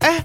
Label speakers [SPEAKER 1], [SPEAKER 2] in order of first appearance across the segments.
[SPEAKER 1] 哎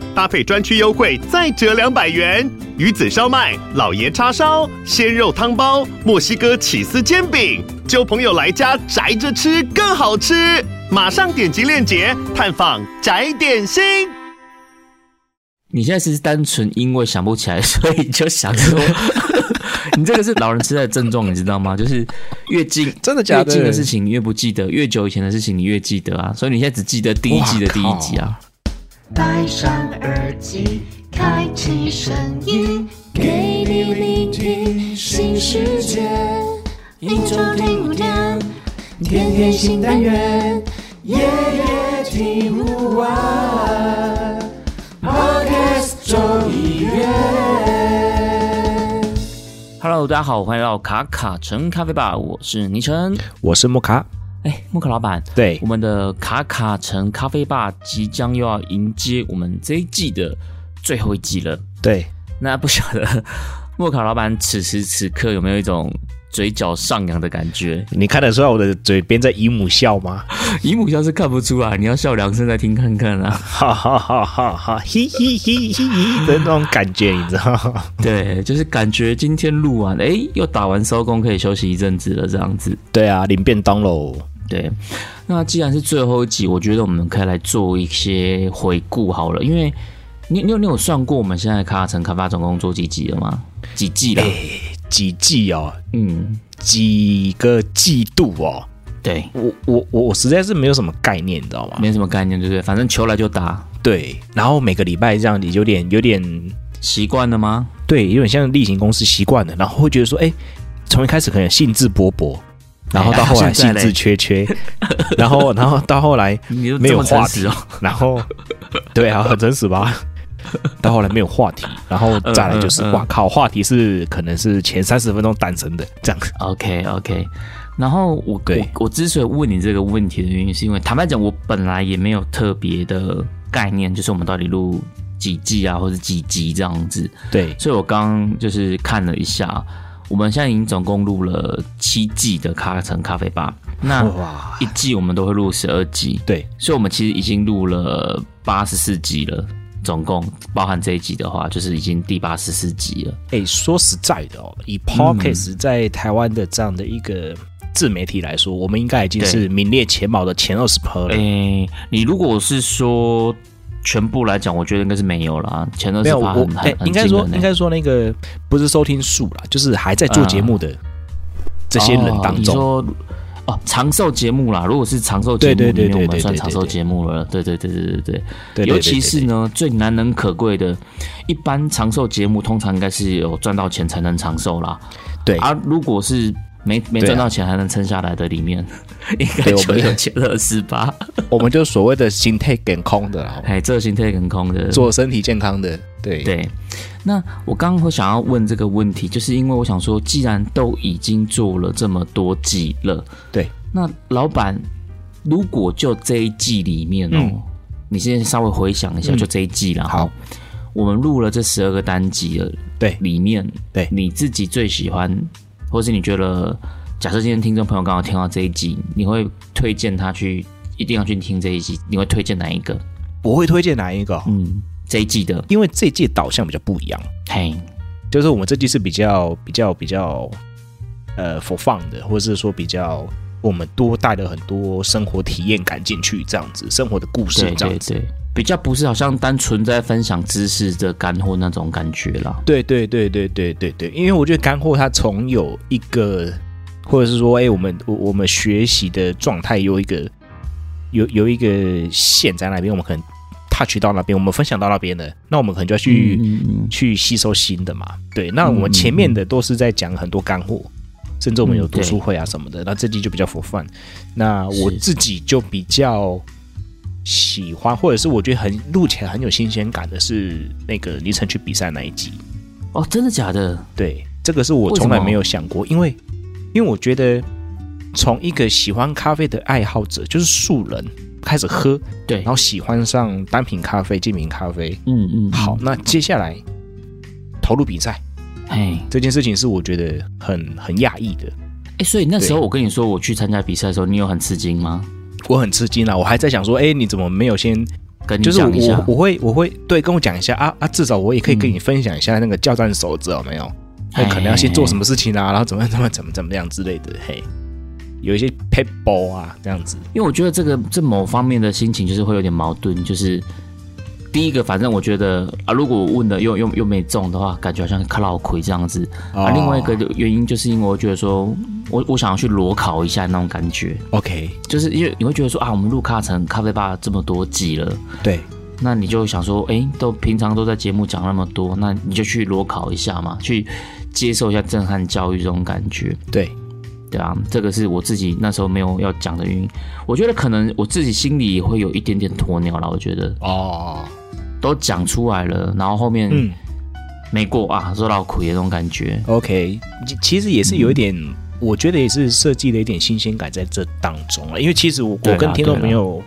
[SPEAKER 1] 搭配专区优惠再折两百元。鱼子烧麦、老爷叉烧、鲜肉汤包、墨西哥起司煎饼，就朋友来家宅着吃更好吃。马上点击链接探访宅点心。
[SPEAKER 2] 你现在是单纯因为想不起来，所以就想说， 你这个是老人痴呆的症状，你知道吗？就是越 近
[SPEAKER 3] 真的假的
[SPEAKER 2] 越近的事情越不记得，越久以前的事情你越记得啊。所以你现在只记得第一季的第一集啊。
[SPEAKER 4] 戴上耳机，开启声音，给你聆听新世界。一周听五天，天天新单元，夜夜听不完。Podcast 周一月。
[SPEAKER 2] Hello，大家好，欢迎来到卡卡城咖啡吧，我是倪晨。
[SPEAKER 3] 我是莫卡，
[SPEAKER 2] 哎，木可老板，
[SPEAKER 3] 对
[SPEAKER 2] 我们的卡卡城咖啡吧即将又要迎接我们这一季的最后一季了。
[SPEAKER 3] 对，
[SPEAKER 2] 那不晓得莫卡老板此时此刻有没有一种嘴角上扬的感觉？
[SPEAKER 3] 你看得出来我的嘴边在姨母笑吗？
[SPEAKER 2] 姨母笑是看不出来，你要笑两声再听看看啊。
[SPEAKER 3] 哈哈哈哈哈，嘿嘿嘿嘿嘿的那种感觉，你知道吗？
[SPEAKER 2] 对，就是感觉今天录完，哎，又打完收工，可以休息一阵子了，这样子。
[SPEAKER 3] 对啊，领便当喽。
[SPEAKER 2] 对，那既然是最后一集，我觉得我们可以来做一些回顾好了，因为你你有你有算过我们现在卡卡城开发总共做几集了吗？几季了？
[SPEAKER 3] 几季哦，
[SPEAKER 2] 嗯，
[SPEAKER 3] 几个季度哦，
[SPEAKER 2] 对，
[SPEAKER 3] 我我我我实在是没有什么概念，你知道吗？
[SPEAKER 2] 没什么概念，对不对？反正球来就打，
[SPEAKER 3] 对，然后每个礼拜这样，你有点有点
[SPEAKER 2] 习惯了吗？
[SPEAKER 3] 对，有点像例行公事习惯了，然后会觉得说，哎，从一开始可能兴致勃勃，然后到后来
[SPEAKER 2] 哎现在
[SPEAKER 3] 兴
[SPEAKER 2] 嘞
[SPEAKER 3] 致缺缺， 然后然后到后来
[SPEAKER 2] 你就
[SPEAKER 3] 没
[SPEAKER 2] 这
[SPEAKER 3] 有
[SPEAKER 2] 么诚
[SPEAKER 3] 话题
[SPEAKER 2] 实哦。
[SPEAKER 3] 然后对啊，很真实吧？到后来没有话题，然后再来就是
[SPEAKER 2] 嗯嗯嗯
[SPEAKER 3] 哇靠，话题是可能是前三十分钟诞生的这样。
[SPEAKER 2] OK OK，然后我
[SPEAKER 3] 对
[SPEAKER 2] 我我之所以问你这个问题的原因，是因为坦白讲，我本来也没有特别的概念，就是我们到底录几季啊，或者几集这样子。
[SPEAKER 3] 对
[SPEAKER 2] 所以我刚刚就是看了一下，我们现在已经总共录了七季的卡卡城咖啡吧。那
[SPEAKER 3] 哇
[SPEAKER 2] 一季我们都会录十二集，
[SPEAKER 3] 对，
[SPEAKER 2] 所以我们其实已经录了八十四集了，总共包含这一集的话，就是已经第八十四集了。
[SPEAKER 3] 哎，说实在的哦，
[SPEAKER 2] 嗯
[SPEAKER 3] 以 Podcast 在台湾的这样的一个自媒体来说，我们应该已经是名列前茅的前二十趴
[SPEAKER 2] 哎
[SPEAKER 3] 了。
[SPEAKER 2] 诶、你如果是说全部来讲，我觉得应该是没有啦，前二十
[SPEAKER 3] 没有
[SPEAKER 2] 趴
[SPEAKER 3] 我
[SPEAKER 2] 很，
[SPEAKER 3] 哎
[SPEAKER 2] 很，很欸
[SPEAKER 3] 应该
[SPEAKER 2] 近
[SPEAKER 3] 说
[SPEAKER 2] 了呢
[SPEAKER 3] 应该说那个不是收听数啦，就是还在做节目的这些人
[SPEAKER 2] 哦
[SPEAKER 3] 当
[SPEAKER 2] 你
[SPEAKER 3] 中，
[SPEAKER 2] 说哦，长寿节目啦，如果是长寿节目，
[SPEAKER 3] 对对对
[SPEAKER 2] 里面
[SPEAKER 3] 对
[SPEAKER 2] 我们
[SPEAKER 3] 对
[SPEAKER 2] 算
[SPEAKER 3] 对
[SPEAKER 2] 长寿
[SPEAKER 3] 对对
[SPEAKER 2] 节目了。对对对对对对
[SPEAKER 3] 对对对
[SPEAKER 2] 尤其是呢，最难能可贵的，一般长寿节目通常应该是有赚到钱才能长寿啦。
[SPEAKER 3] 对
[SPEAKER 2] 而、如果是没没
[SPEAKER 3] 对啊
[SPEAKER 2] 赚到钱还能撑下来的里面，应该
[SPEAKER 3] 对我
[SPEAKER 2] 就
[SPEAKER 3] 们
[SPEAKER 2] 有钱二十 八。
[SPEAKER 3] 我们就所谓的心态梗空的啦， 好吧
[SPEAKER 2] 哎，这个心态很空的，
[SPEAKER 3] 做身体健康的，对
[SPEAKER 2] 对，那我刚刚会想要问这个问题，就是因为我想说，既然都已经做了这么多季了，
[SPEAKER 3] 对。
[SPEAKER 2] 那老板如果就这一季里面哦，你先稍微回想一下，就这一季啦。
[SPEAKER 3] 嗯好，
[SPEAKER 2] 我们录了这十二个单集了，
[SPEAKER 3] 对
[SPEAKER 2] 里面
[SPEAKER 3] 对
[SPEAKER 2] 你自己最喜欢，或是你觉得，假设今天听众朋友刚好听到这一集，你会推荐他去一定要去听这一集，你会推荐哪一个？
[SPEAKER 3] 我会推荐哪一个哦？
[SPEAKER 2] 嗯，这一季的，
[SPEAKER 3] 因为这届导向比较不一样，
[SPEAKER 2] 嘿，
[SPEAKER 3] 就是我们这季是比较比较比较呃佛放的，或者是说比较我们多带了很多生活体验感进去，这样子生活的故事
[SPEAKER 2] 对
[SPEAKER 3] 这
[SPEAKER 2] 对
[SPEAKER 3] 样子。
[SPEAKER 2] 对，比较不是好像单纯在分享知识的干货那种感觉啦。
[SPEAKER 3] 对对对对对对对，因为我觉得干货它从有一个，或者是说，哎、我们我我们学习的状态有一个有有一个线在那边，我们可能 touch 到那边，我们分享到那边的，那我们可能就要去、
[SPEAKER 2] 嗯嗯
[SPEAKER 3] 去吸收新的嘛。对，那我们前面的都是在讲很多干货，甚
[SPEAKER 2] 嗯
[SPEAKER 3] 至我们有读书会啊什么的。那这季就比较佛范，那我
[SPEAKER 2] 是
[SPEAKER 3] 自己就比较喜欢，或者是我觉得很录起来很有新鲜感的是那个黎晨去比赛那一集。
[SPEAKER 2] 哦，真的假的？
[SPEAKER 3] 对，这个是我从来没有想过，因为因为我觉得从一个喜欢咖啡的爱好者，就是素人开始喝，
[SPEAKER 2] 对，
[SPEAKER 3] 然后喜欢上单品咖啡、精品咖啡。
[SPEAKER 2] 嗯嗯，
[SPEAKER 3] 好，，那接下来投入比赛
[SPEAKER 2] 嘿，
[SPEAKER 3] 这件事情是我觉得很很讶异的，
[SPEAKER 2] 哎，所以那时候
[SPEAKER 3] 对
[SPEAKER 2] 我跟你说我去参加比赛的时候，你有很吃惊吗？
[SPEAKER 3] 我很吃惊啦，我还在想说，哎，你怎么没有先
[SPEAKER 2] 跟你
[SPEAKER 3] 就是
[SPEAKER 2] 讲一
[SPEAKER 3] 我
[SPEAKER 2] 下，嗯
[SPEAKER 3] 我会我会对跟我讲一下啊啊，至少我也可以跟你分享一下那个教战守则有没有？那可能要先做什
[SPEAKER 2] 么？
[SPEAKER 3] 么事情啊，然后怎么样怎么样怎么怎么样之类的，嘿，有一些 p e b a l l 啊这样子，
[SPEAKER 2] 因为我觉得这个这某方面的心情就是会有点矛盾，就是第一个，反正我觉得啊，如果我问的又又又没中的话，感觉好像靠亏这样子。啊，
[SPEAKER 3] 哦
[SPEAKER 2] 另外一个原因就是因为我觉得说我我想要去裸考一下那种感觉，
[SPEAKER 3] OK，
[SPEAKER 2] 就是因为你会觉得说啊，我们录卡城咖啡吧这么多集了，
[SPEAKER 3] 对，
[SPEAKER 2] 那你就想说，哎，都平常都在节目讲那么多，那你就去裸考一下嘛，去接受一下震撼教育这种感觉。
[SPEAKER 3] 对，
[SPEAKER 2] 对啊，这个是我自己那时候没有要讲的原因。我觉得可能我自己心里也会有一点点鸵鸟啦。我觉得
[SPEAKER 3] 哦，
[SPEAKER 2] 都讲出来了，然后后面
[SPEAKER 3] 嗯
[SPEAKER 2] 没过、啊，说到苦的那种感 觉。
[SPEAKER 3] ，OK，其其实也是有一点，
[SPEAKER 2] 嗯
[SPEAKER 3] 我觉得也是设计了一点新鲜感在这当中啊了，因为其实我
[SPEAKER 2] 对
[SPEAKER 3] 我
[SPEAKER 2] 啦
[SPEAKER 3] 跟听众
[SPEAKER 2] 对啦
[SPEAKER 3] 朋友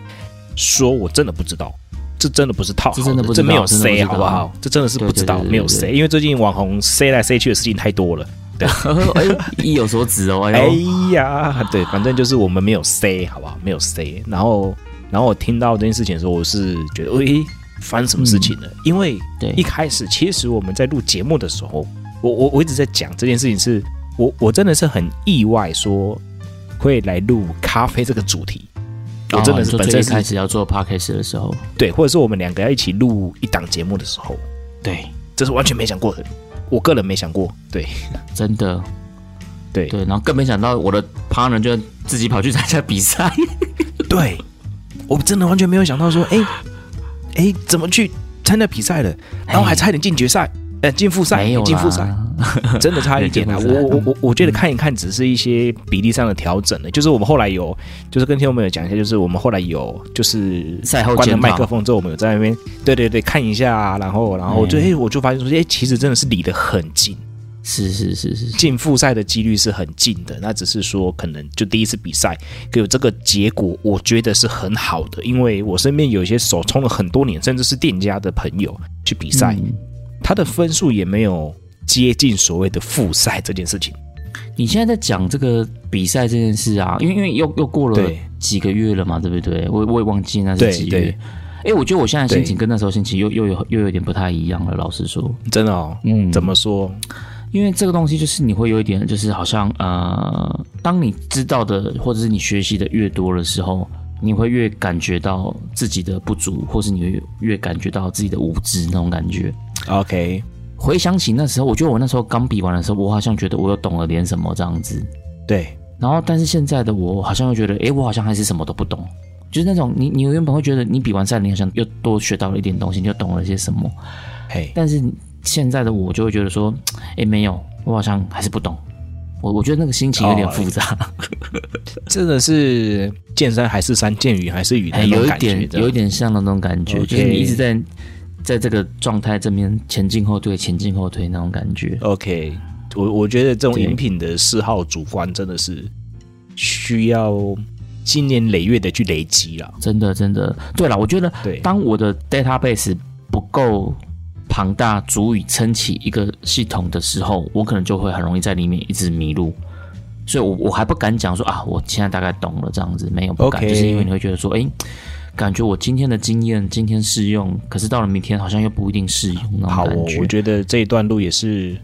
[SPEAKER 3] 说，我真的不知道。这真的不是套好，
[SPEAKER 2] 这真的不知
[SPEAKER 3] 这
[SPEAKER 2] 道
[SPEAKER 3] 没有
[SPEAKER 2] 真的不
[SPEAKER 3] C
[SPEAKER 2] 知道
[SPEAKER 3] 好不好？这真的是不知道，
[SPEAKER 2] 对对对对
[SPEAKER 3] 没有
[SPEAKER 2] 对
[SPEAKER 3] C，因为最近网红 C 来 C 去的事情太多了。
[SPEAKER 2] 哎，意有所指哦，哎
[SPEAKER 3] 哎
[SPEAKER 2] 呦，
[SPEAKER 3] 呀，对，反正就是我们没有 say 好不好？没有 say。然后，然后我听到这件事情的时候，我是觉得，诶、发生什么事情了？因为
[SPEAKER 2] 嗯对
[SPEAKER 3] 一开始其实我们在录节目的时候，我我我一直在讲这件事情是，我我真的是很意外，说会来录咖啡这个主题。我真的
[SPEAKER 2] 哦
[SPEAKER 3] 是
[SPEAKER 2] 就
[SPEAKER 3] 本
[SPEAKER 2] 最
[SPEAKER 3] 身
[SPEAKER 2] 一
[SPEAKER 3] 是、
[SPEAKER 2] 开始要做 podcast 的时候，
[SPEAKER 3] 对，或者是我们两个要一起录一档节目的时候，
[SPEAKER 2] 对，
[SPEAKER 3] 这是完全没想过的，我个人没想过。对
[SPEAKER 2] 真的
[SPEAKER 3] 对
[SPEAKER 2] 对，然后更没想到我的 partner 就自己跑去参加比 赛，
[SPEAKER 3] 对，我真的完全没有想到说，哎、哎、怎么去参加比赛了？然后还差一点进决赛，呃，进复赛
[SPEAKER 2] 没有，啦
[SPEAKER 3] 进复赛， 真的差一点啊！
[SPEAKER 2] 没有 进
[SPEAKER 3] 我
[SPEAKER 2] 复赛
[SPEAKER 3] 我我我觉得看一看只是一些比例上的调整了，就是我们后来有，就是跟听众朋友讲一下，就是我们后来有就是
[SPEAKER 2] 赛后
[SPEAKER 3] 关了
[SPEAKER 2] 检讨
[SPEAKER 3] 麦克风之后，我们有在那边，对对对，看一下啊，然后然后就哎、
[SPEAKER 2] 嗯
[SPEAKER 3] 诶我就发现说，哎、其实真的是离得很近，
[SPEAKER 2] 是是是是，
[SPEAKER 3] 进复赛的几率是很近的，那只是说可能就第一次比赛有这个结果，我觉得是很好的，因为我身边有一些手冲了很多年，甚至是店家的朋友去比赛，
[SPEAKER 2] 嗯
[SPEAKER 3] 他的分数也没有接近所谓的复赛这件事情。
[SPEAKER 2] 你现在在讲这个比赛这件事啊，因为因为又又过了
[SPEAKER 3] 对
[SPEAKER 2] 几个月了嘛，对不对？我我也忘记那是
[SPEAKER 3] 对
[SPEAKER 2] 几
[SPEAKER 3] 对
[SPEAKER 2] 月。哎，我觉得我现在心情
[SPEAKER 3] 对
[SPEAKER 2] 跟那时候心情又又有又有点不太一样了。老实说，
[SPEAKER 3] 真的哦，
[SPEAKER 2] 嗯
[SPEAKER 3] 怎么说？
[SPEAKER 2] 因为这个东西就是你会有一点，就是好像呃，当你知道的或者是你学习的越多的时候，你会越感觉到自己的不足，或是你会越感觉到自己的无知那种感觉。
[SPEAKER 3] OK，
[SPEAKER 2] 回想起那时候，我觉得我那时候刚比完的时候，我好像觉得我又懂了点什么这样子。
[SPEAKER 3] 对，
[SPEAKER 2] 然后，但是现在的我好像又觉得，诶，我好像还是什么都不懂。就是那种你，你原本会觉得你比完赛，你好像又多学到了一点东西，你又懂了些什么。
[SPEAKER 3] 嘿，
[SPEAKER 2] 但是现在的我就会觉得说，诶，没有，我好像还是不懂。我我觉得那个心情有点复杂，
[SPEAKER 3] 真的是见山还是山，见雨还是雨的那
[SPEAKER 2] 有一
[SPEAKER 3] 种哎感觉
[SPEAKER 2] 点，哎有一点像那种感觉
[SPEAKER 3] OK
[SPEAKER 2] 就是你一直在在这个状态这边前进后退，前进后退那种感觉。
[SPEAKER 3] OK，我我觉得这种
[SPEAKER 2] 对
[SPEAKER 3] 饮品的嗜好主观真的是需要经年累月的去累积啦。
[SPEAKER 2] 真的，真的，对了，我觉得
[SPEAKER 3] 对
[SPEAKER 2] 当我的 database 不够庞大，足以撑起一个系统的时候，我可能就会很容易在里面一直迷路。所以我，我还不敢讲说啊，我现在大概懂了这样子，没有不敢
[SPEAKER 3] OK
[SPEAKER 2] 就是因为你会觉得说，哎，感觉我今天的经验今天适用，可是到了明天好像又不一定适用那种
[SPEAKER 3] 好、
[SPEAKER 2] 感
[SPEAKER 3] 哦，
[SPEAKER 2] 觉。
[SPEAKER 3] 我觉得这一段路也是，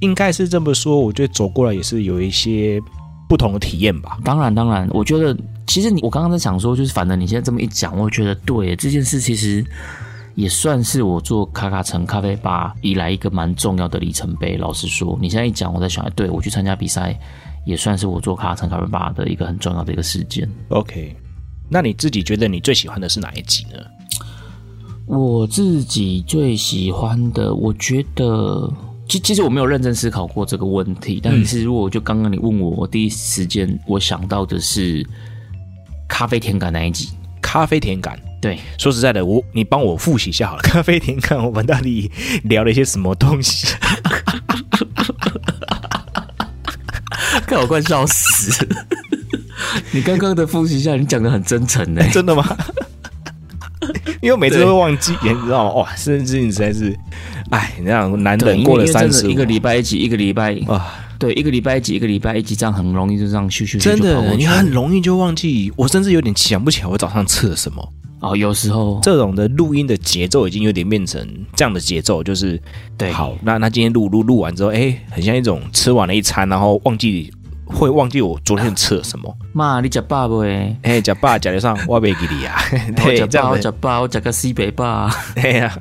[SPEAKER 3] 应该是这么说。我觉得走过来也是有一些不同的体验吧。
[SPEAKER 2] 当然，当然，我觉得其实你我刚刚在想说，就是反正你现在这么一讲，我觉得对这件事其实也算是我做卡卡城咖啡吧以来一个蛮重要的里程碑。老实说，你现在一讲，我在想，哎对我去参加比赛，也算是我做卡卡城咖啡吧的一个很重要的一个事件。
[SPEAKER 3] OK，那你自己觉得你最喜欢的是哪一集呢？
[SPEAKER 2] 我自己最喜欢的，我觉得，其其实我没有认真思考过这个问题，但是如果就刚刚你问我，我第一时间我想到的是咖啡甜感那一集，
[SPEAKER 3] 咖啡甜感。
[SPEAKER 2] 对。
[SPEAKER 3] 说实在的，我你帮我复习一下好了。咖啡甜感，我们到底聊了一些什么东西？
[SPEAKER 2] 看我快笑死！ 你刚刚的复习一下，你讲的很真诚呢。 欸
[SPEAKER 3] 真的吗？因为我每次都会忘记，你知道吗？哇，这件事情实在是，哎，你想难
[SPEAKER 2] 对，
[SPEAKER 3] 等
[SPEAKER 2] 因
[SPEAKER 3] 过了
[SPEAKER 2] 为因为真
[SPEAKER 3] 三
[SPEAKER 2] 的
[SPEAKER 3] 十
[SPEAKER 2] 一个礼拜一集，一个礼拜
[SPEAKER 3] 啊，
[SPEAKER 2] 对，一个礼拜一集，一个礼拜一集，这样很容易就这样咻咻咻
[SPEAKER 3] 真
[SPEAKER 2] 就跑
[SPEAKER 3] 的，
[SPEAKER 2] 过
[SPEAKER 3] 你
[SPEAKER 2] 去。
[SPEAKER 3] 很容易就忘记。我甚至有点想不起来我早上吃了什么。
[SPEAKER 2] 哦，有时候
[SPEAKER 3] 这种的录音的节奏已经有点变成这样的节奏，就是
[SPEAKER 2] 对
[SPEAKER 3] 好，那那今天录录录完之后，哎，很像一种吃完了一餐，然后忘记会忘记我昨天吃了 什么。
[SPEAKER 2] 妈，你吃饱不？哎，
[SPEAKER 3] 哎，假爸假得上，我被给你啊，
[SPEAKER 2] 我
[SPEAKER 3] 对，
[SPEAKER 2] 吃
[SPEAKER 3] 这
[SPEAKER 2] 饱，
[SPEAKER 3] 样
[SPEAKER 2] 我
[SPEAKER 3] 的
[SPEAKER 2] 吃饱，我吃个西北霸。
[SPEAKER 3] 对呀、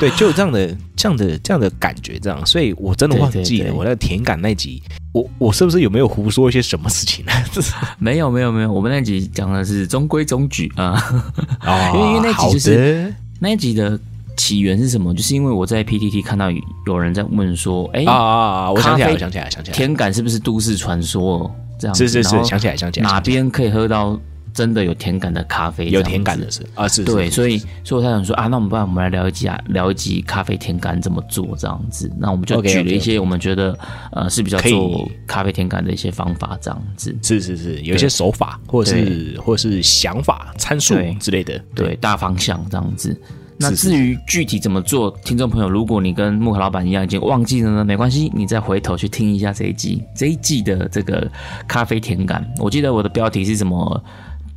[SPEAKER 3] 对，就有这样的、这样的、这样的感觉，这样，所以我真的忘
[SPEAKER 2] 对对
[SPEAKER 3] 记了
[SPEAKER 2] 对
[SPEAKER 3] 我那个甜感那集，我我是不是有没有胡说一些什么 事情呢、
[SPEAKER 2] 没有没有没有，我们那集讲的是中规中矩啊。
[SPEAKER 3] 啊
[SPEAKER 2] 因为因为那集就是
[SPEAKER 3] 是
[SPEAKER 2] 那一集的起源是什么？就是因为我在 PTT 看到有人在问说，哎、
[SPEAKER 3] 啊啊啊！我想起来了，
[SPEAKER 2] 咖啡
[SPEAKER 3] 想起来了，想起来了，
[SPEAKER 2] 天感是不是都市传说？这样子
[SPEAKER 3] 是啊是是，
[SPEAKER 2] 然后
[SPEAKER 3] 想起来，想起来，
[SPEAKER 2] 哪
[SPEAKER 3] 想起
[SPEAKER 2] 边可以喝到真的有甜感的咖啡？
[SPEAKER 3] 来有
[SPEAKER 2] 这样子
[SPEAKER 3] 甜感的是啊，是，
[SPEAKER 2] 对，
[SPEAKER 3] 是
[SPEAKER 2] 所以所以我才想说啊，那我们不然我们来聊一集啊，聊一集咖啡甜感怎么做这样子。那我们就
[SPEAKER 3] OK，OK，
[SPEAKER 2] 举了一些我们觉得呃是比较
[SPEAKER 3] 可以
[SPEAKER 2] 做咖啡甜感的一些方法这样子。
[SPEAKER 3] 是是是，有一些手法或者是或者是想法、参数
[SPEAKER 2] 对
[SPEAKER 3] 之类的，
[SPEAKER 2] 对大方向这样子。那
[SPEAKER 3] 是是
[SPEAKER 2] 至于具体怎么做，听众朋友，如果你跟木盒老板一样已经忘记了呢，没关系，你再回头去听一下这一季这一季的这个咖啡甜感。我记得我的标题是什么？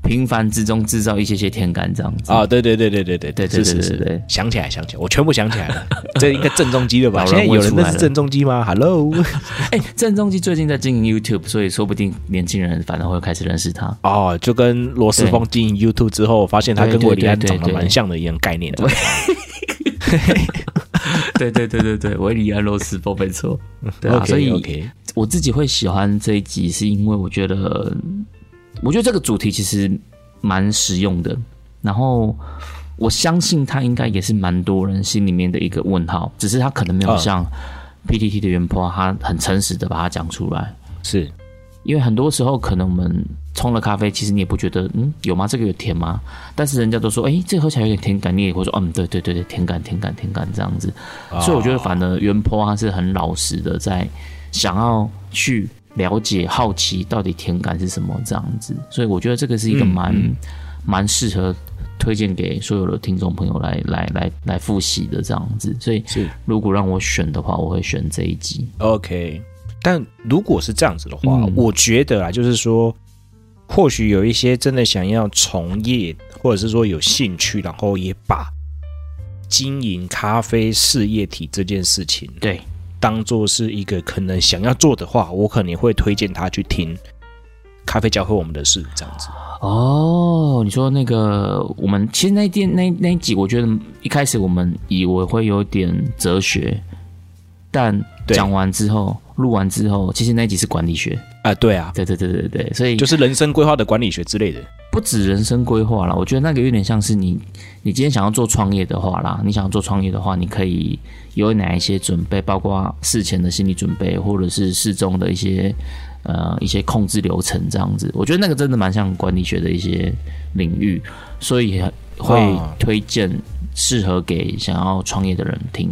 [SPEAKER 2] 平凡之中制造一些些甜感这样子
[SPEAKER 3] 啊，对对对对对对
[SPEAKER 2] 对对
[SPEAKER 3] 是
[SPEAKER 2] 对
[SPEAKER 3] 是
[SPEAKER 2] 对对
[SPEAKER 3] 是
[SPEAKER 2] 对，
[SPEAKER 3] 想起来想起来，我全部想起 来了，这应该郑中基了吧？
[SPEAKER 2] 老人
[SPEAKER 3] 现在有
[SPEAKER 2] 味
[SPEAKER 3] 人
[SPEAKER 2] 出
[SPEAKER 3] 认
[SPEAKER 2] 来
[SPEAKER 3] 识
[SPEAKER 2] 了
[SPEAKER 3] 郑中基吗？Hello，
[SPEAKER 2] 哎、郑中基最近在经营 YouTube，所以说不定年轻人反而会开始认识他。
[SPEAKER 3] 哦，就跟罗斯峰经营 YouTube 之后，发现他
[SPEAKER 2] 对
[SPEAKER 3] 跟
[SPEAKER 2] 对
[SPEAKER 3] 韦礼安
[SPEAKER 2] 对对
[SPEAKER 3] 长得
[SPEAKER 2] 对
[SPEAKER 3] 蛮像的一样概念的。
[SPEAKER 2] 对对对对对，维里安·罗斯伯没错。对啊
[SPEAKER 3] OK，
[SPEAKER 2] 所以
[SPEAKER 3] OK
[SPEAKER 2] 我自己会喜欢这一集，是因为我觉得，我觉得这个主题其实蛮实用的。然后我相信他应该也是蛮多人心里面的一个问号，只是他可能没有
[SPEAKER 3] 嗯
[SPEAKER 2] 像 PTT 的原 po，他很诚实的把它讲出来。
[SPEAKER 3] 是
[SPEAKER 2] 因为很多时候可能我们冲了咖啡，其实你也不觉得，嗯，有吗？这个有甜吗？但是人家都说，哎，这喝起来有点甜感，你也会说，嗯，对对对对，甜感甜感甜感这样子。
[SPEAKER 3] 啊
[SPEAKER 2] 所以我觉得，反而原坡他是很老实的，在想要去了解、好奇到底甜感是什么这样子。所以我觉得这个是一个蛮、蛮适合推荐给所有的听众朋友来来来来复习的这样子。所以
[SPEAKER 3] 是
[SPEAKER 2] 如果让我选的话，我会选这一集。
[SPEAKER 3] OK，但如果是这样子的话，
[SPEAKER 2] 嗯
[SPEAKER 3] 我觉得啊，就是说，或许有一些真的想要从业，或者是说有兴趣，然后也把经营咖啡事业体这件事情
[SPEAKER 2] 对，
[SPEAKER 3] 当做是一个可能想要做的话，我可能会推荐他去听《咖啡教会我们的事》这样子。
[SPEAKER 2] 哦，你说那个我们其实那一天那那一集，我觉得一开始我们以为会有点哲学，但
[SPEAKER 3] 对
[SPEAKER 2] 讲完之后，录完之后，其实那一集是管理学。
[SPEAKER 3] 啊、对啊，
[SPEAKER 2] 对对对对对，所以
[SPEAKER 3] 就是人生规划的管理学之类的。
[SPEAKER 2] 不止人生规划啦，我觉得那个有点像是你，你今天想要做创业的话啦，你想要做创业的话，你可以有哪一些准备，包括事前的心理准备，或者是事中的一些呃一些控制流程这样子。我觉得那个真的蛮像管理学的一些领域，所以会
[SPEAKER 3] 啊
[SPEAKER 2] 推荐适合给想要创业的人听。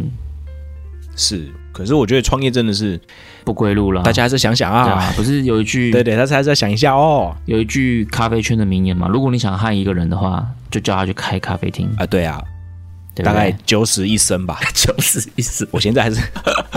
[SPEAKER 3] 是，可是我觉得创业真的是，
[SPEAKER 2] 不归路啦，
[SPEAKER 3] 大家还是想想
[SPEAKER 2] 对
[SPEAKER 3] 啊。
[SPEAKER 2] 啊，不是有一句
[SPEAKER 3] 对对，大家还是要想一下哦。
[SPEAKER 2] 有一句咖啡圈的名言嘛？如果你想害一个人的话，就叫他去开咖啡厅，
[SPEAKER 3] 啊，对啊，
[SPEAKER 2] 对不对
[SPEAKER 3] 大概九死一生 吧。
[SPEAKER 2] 就是意思。
[SPEAKER 3] 我现在还 是，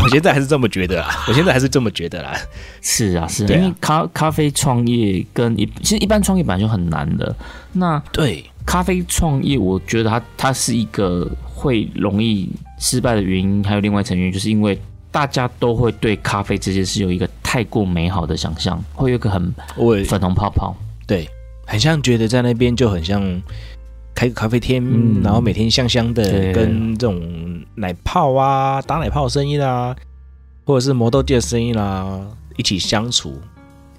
[SPEAKER 3] 我现在还是这么觉得啊啦。我现在还是这么觉得啦。
[SPEAKER 2] 是啊，是啊，
[SPEAKER 3] 对啊
[SPEAKER 2] 因为咖咖啡创业跟一其实一般创业本来就很难的。那
[SPEAKER 3] 对，
[SPEAKER 2] 咖啡创业，我觉得它它是一个会容易失败的原因，还有另外一层原因，就是因为大家都会对咖啡这件事有一个太过美好的想象，会有一个很
[SPEAKER 3] 我也
[SPEAKER 2] 粉红泡泡。
[SPEAKER 3] 对，很像觉得在那边就很像开个咖啡厅，
[SPEAKER 2] 嗯
[SPEAKER 3] 然后每天香香的，
[SPEAKER 2] 对
[SPEAKER 3] 跟这种奶泡啊、打奶泡的声音啦、或者是磨豆机的声音啦、啊一起相处，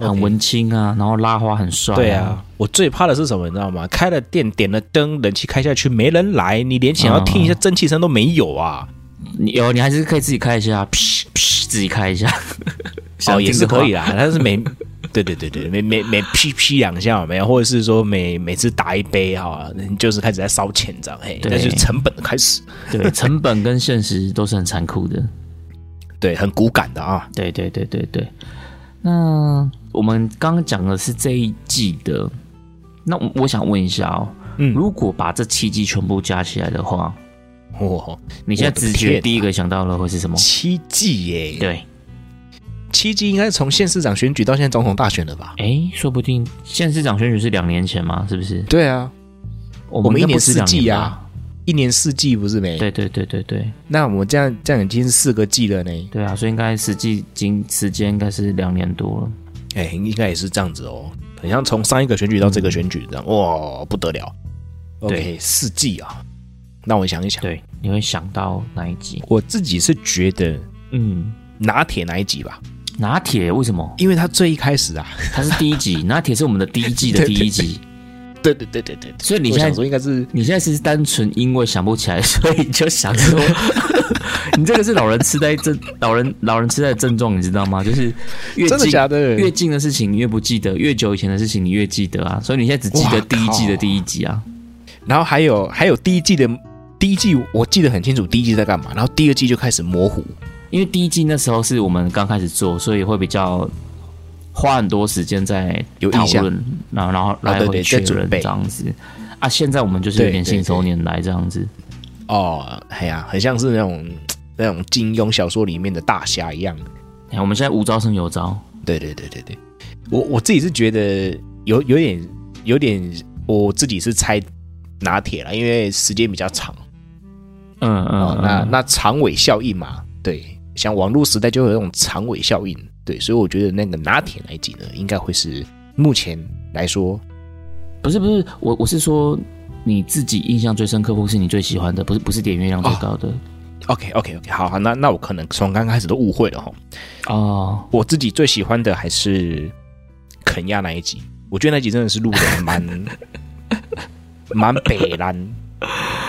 [SPEAKER 2] 很
[SPEAKER 3] OK
[SPEAKER 2] 文青啊，然后拉花很帅、
[SPEAKER 3] 对啊，，我最怕的是什么，你知道吗？开了店，点了灯，冷气开下去没人来，你连想要听一下蒸汽声都没有啊！
[SPEAKER 2] 你有你还是可以自己开一下，噗噗自己开一下，
[SPEAKER 3] 哦，
[SPEAKER 2] 想
[SPEAKER 3] 也
[SPEAKER 2] 听
[SPEAKER 3] 是
[SPEAKER 2] 的话
[SPEAKER 3] 可以啦，但是每对对对对，每每每劈劈两下有没有，或者是说每每次打一杯哈，你就是开始在烧钱这样，嘿，
[SPEAKER 2] 对
[SPEAKER 3] 那就是成本的开始，
[SPEAKER 2] 对，成本跟现实都是很残酷的。
[SPEAKER 3] 对，很骨感的啊。
[SPEAKER 2] 对对对对对。那我我们刚刚讲的是这一季的，那我我想问一下哦，
[SPEAKER 3] 嗯
[SPEAKER 2] 如果把这七季全部加起来的话，哦
[SPEAKER 3] 哇，
[SPEAKER 2] 你现在
[SPEAKER 3] 我
[SPEAKER 2] 直
[SPEAKER 3] 的天
[SPEAKER 2] 觉
[SPEAKER 3] 啊
[SPEAKER 2] 第一个想到的会是什么？
[SPEAKER 3] 哦七季耶，
[SPEAKER 2] 对，
[SPEAKER 3] 七季应该从县市长选举到现在总统大选了吧？
[SPEAKER 2] 哎，说不定县市长选举是两年前嘛，是不是？
[SPEAKER 3] 对啊，
[SPEAKER 2] 我
[SPEAKER 3] 我们一
[SPEAKER 2] 应该
[SPEAKER 3] 年
[SPEAKER 2] 不是
[SPEAKER 3] 四
[SPEAKER 2] 两
[SPEAKER 3] 季
[SPEAKER 2] 年
[SPEAKER 3] 啊
[SPEAKER 2] 吧？
[SPEAKER 3] 一年四季不是没？
[SPEAKER 2] 对对对对对
[SPEAKER 3] 那我们这样这样已经是四个季了呢。
[SPEAKER 2] 对啊！所以应该实际经时间应该是两年多了。
[SPEAKER 3] 哎、应该也是这样子哦，很像从上一个选举到这个选举这样，哇，不得了。OK，四季啊，那我想一想，
[SPEAKER 2] 对，你会想到哪一集？
[SPEAKER 3] 我自己是觉得
[SPEAKER 2] 嗯，
[SPEAKER 3] 拿铁那一集吧，
[SPEAKER 2] 拿铁为什么？
[SPEAKER 3] 因为他最一开始啊，
[SPEAKER 2] 它是第一集， 拿铁是我们的第一季的第一集。
[SPEAKER 3] 对对对对对，
[SPEAKER 2] 所以你
[SPEAKER 3] 我
[SPEAKER 2] 现在
[SPEAKER 3] 想说应该是
[SPEAKER 2] 你现在是单纯因为想不起来，所以就想 说，你这个是老人痴呆症，老人老人痴呆的症状，你知道吗？就是越近
[SPEAKER 3] 真的假的
[SPEAKER 2] 越近的事情你越不记得，越久以前的事情你越记得啊。所以你现在只记得
[SPEAKER 3] 哇
[SPEAKER 2] 第一季
[SPEAKER 3] 靠
[SPEAKER 2] 的第一集啊。
[SPEAKER 3] 然后还有还有第一季的第一季，我记得很清楚，第一季在干嘛，然后第二季就开始模糊。
[SPEAKER 2] 因为第一季那时候是我们刚开始做，所以会比较花很多时间在
[SPEAKER 3] 有
[SPEAKER 2] 讨
[SPEAKER 3] 印象
[SPEAKER 2] 论，然后然后
[SPEAKER 3] 啊
[SPEAKER 2] 来
[SPEAKER 3] 对
[SPEAKER 2] 回
[SPEAKER 3] 对
[SPEAKER 2] 确
[SPEAKER 3] 在准
[SPEAKER 2] 认
[SPEAKER 3] 备
[SPEAKER 2] 这样子。啊，现在我们就是有
[SPEAKER 3] 对
[SPEAKER 2] 点
[SPEAKER 3] 对
[SPEAKER 2] 信手
[SPEAKER 3] 对
[SPEAKER 2] 拈来这样子。
[SPEAKER 3] 哦，哎呀，很像是那种那种金庸小说里面的大侠一样。
[SPEAKER 2] 哎我们现在无招胜有招，
[SPEAKER 3] 对对对对对，我我自己是觉得有有点有点，我自己是猜拿铁了，因为时间比较长
[SPEAKER 2] 嗯嗯，
[SPEAKER 3] 啊、
[SPEAKER 2] 嗯
[SPEAKER 3] 那那长尾效应嘛，对，像网络时代就有那种长尾效应，对，所以我觉得那个拿铁那一集呢，应该会是目前来说
[SPEAKER 2] 不是不是，我我是说你自己印象最深刻或是你最喜欢的，不是不是点阅量最高的
[SPEAKER 3] OK OK OK，好好，那那我可能从刚开始都误会了哈。
[SPEAKER 2] 哦。
[SPEAKER 3] 我自己最喜欢的还是肯亚那一集，我觉得那集真的是录的蛮 蛮北蓝，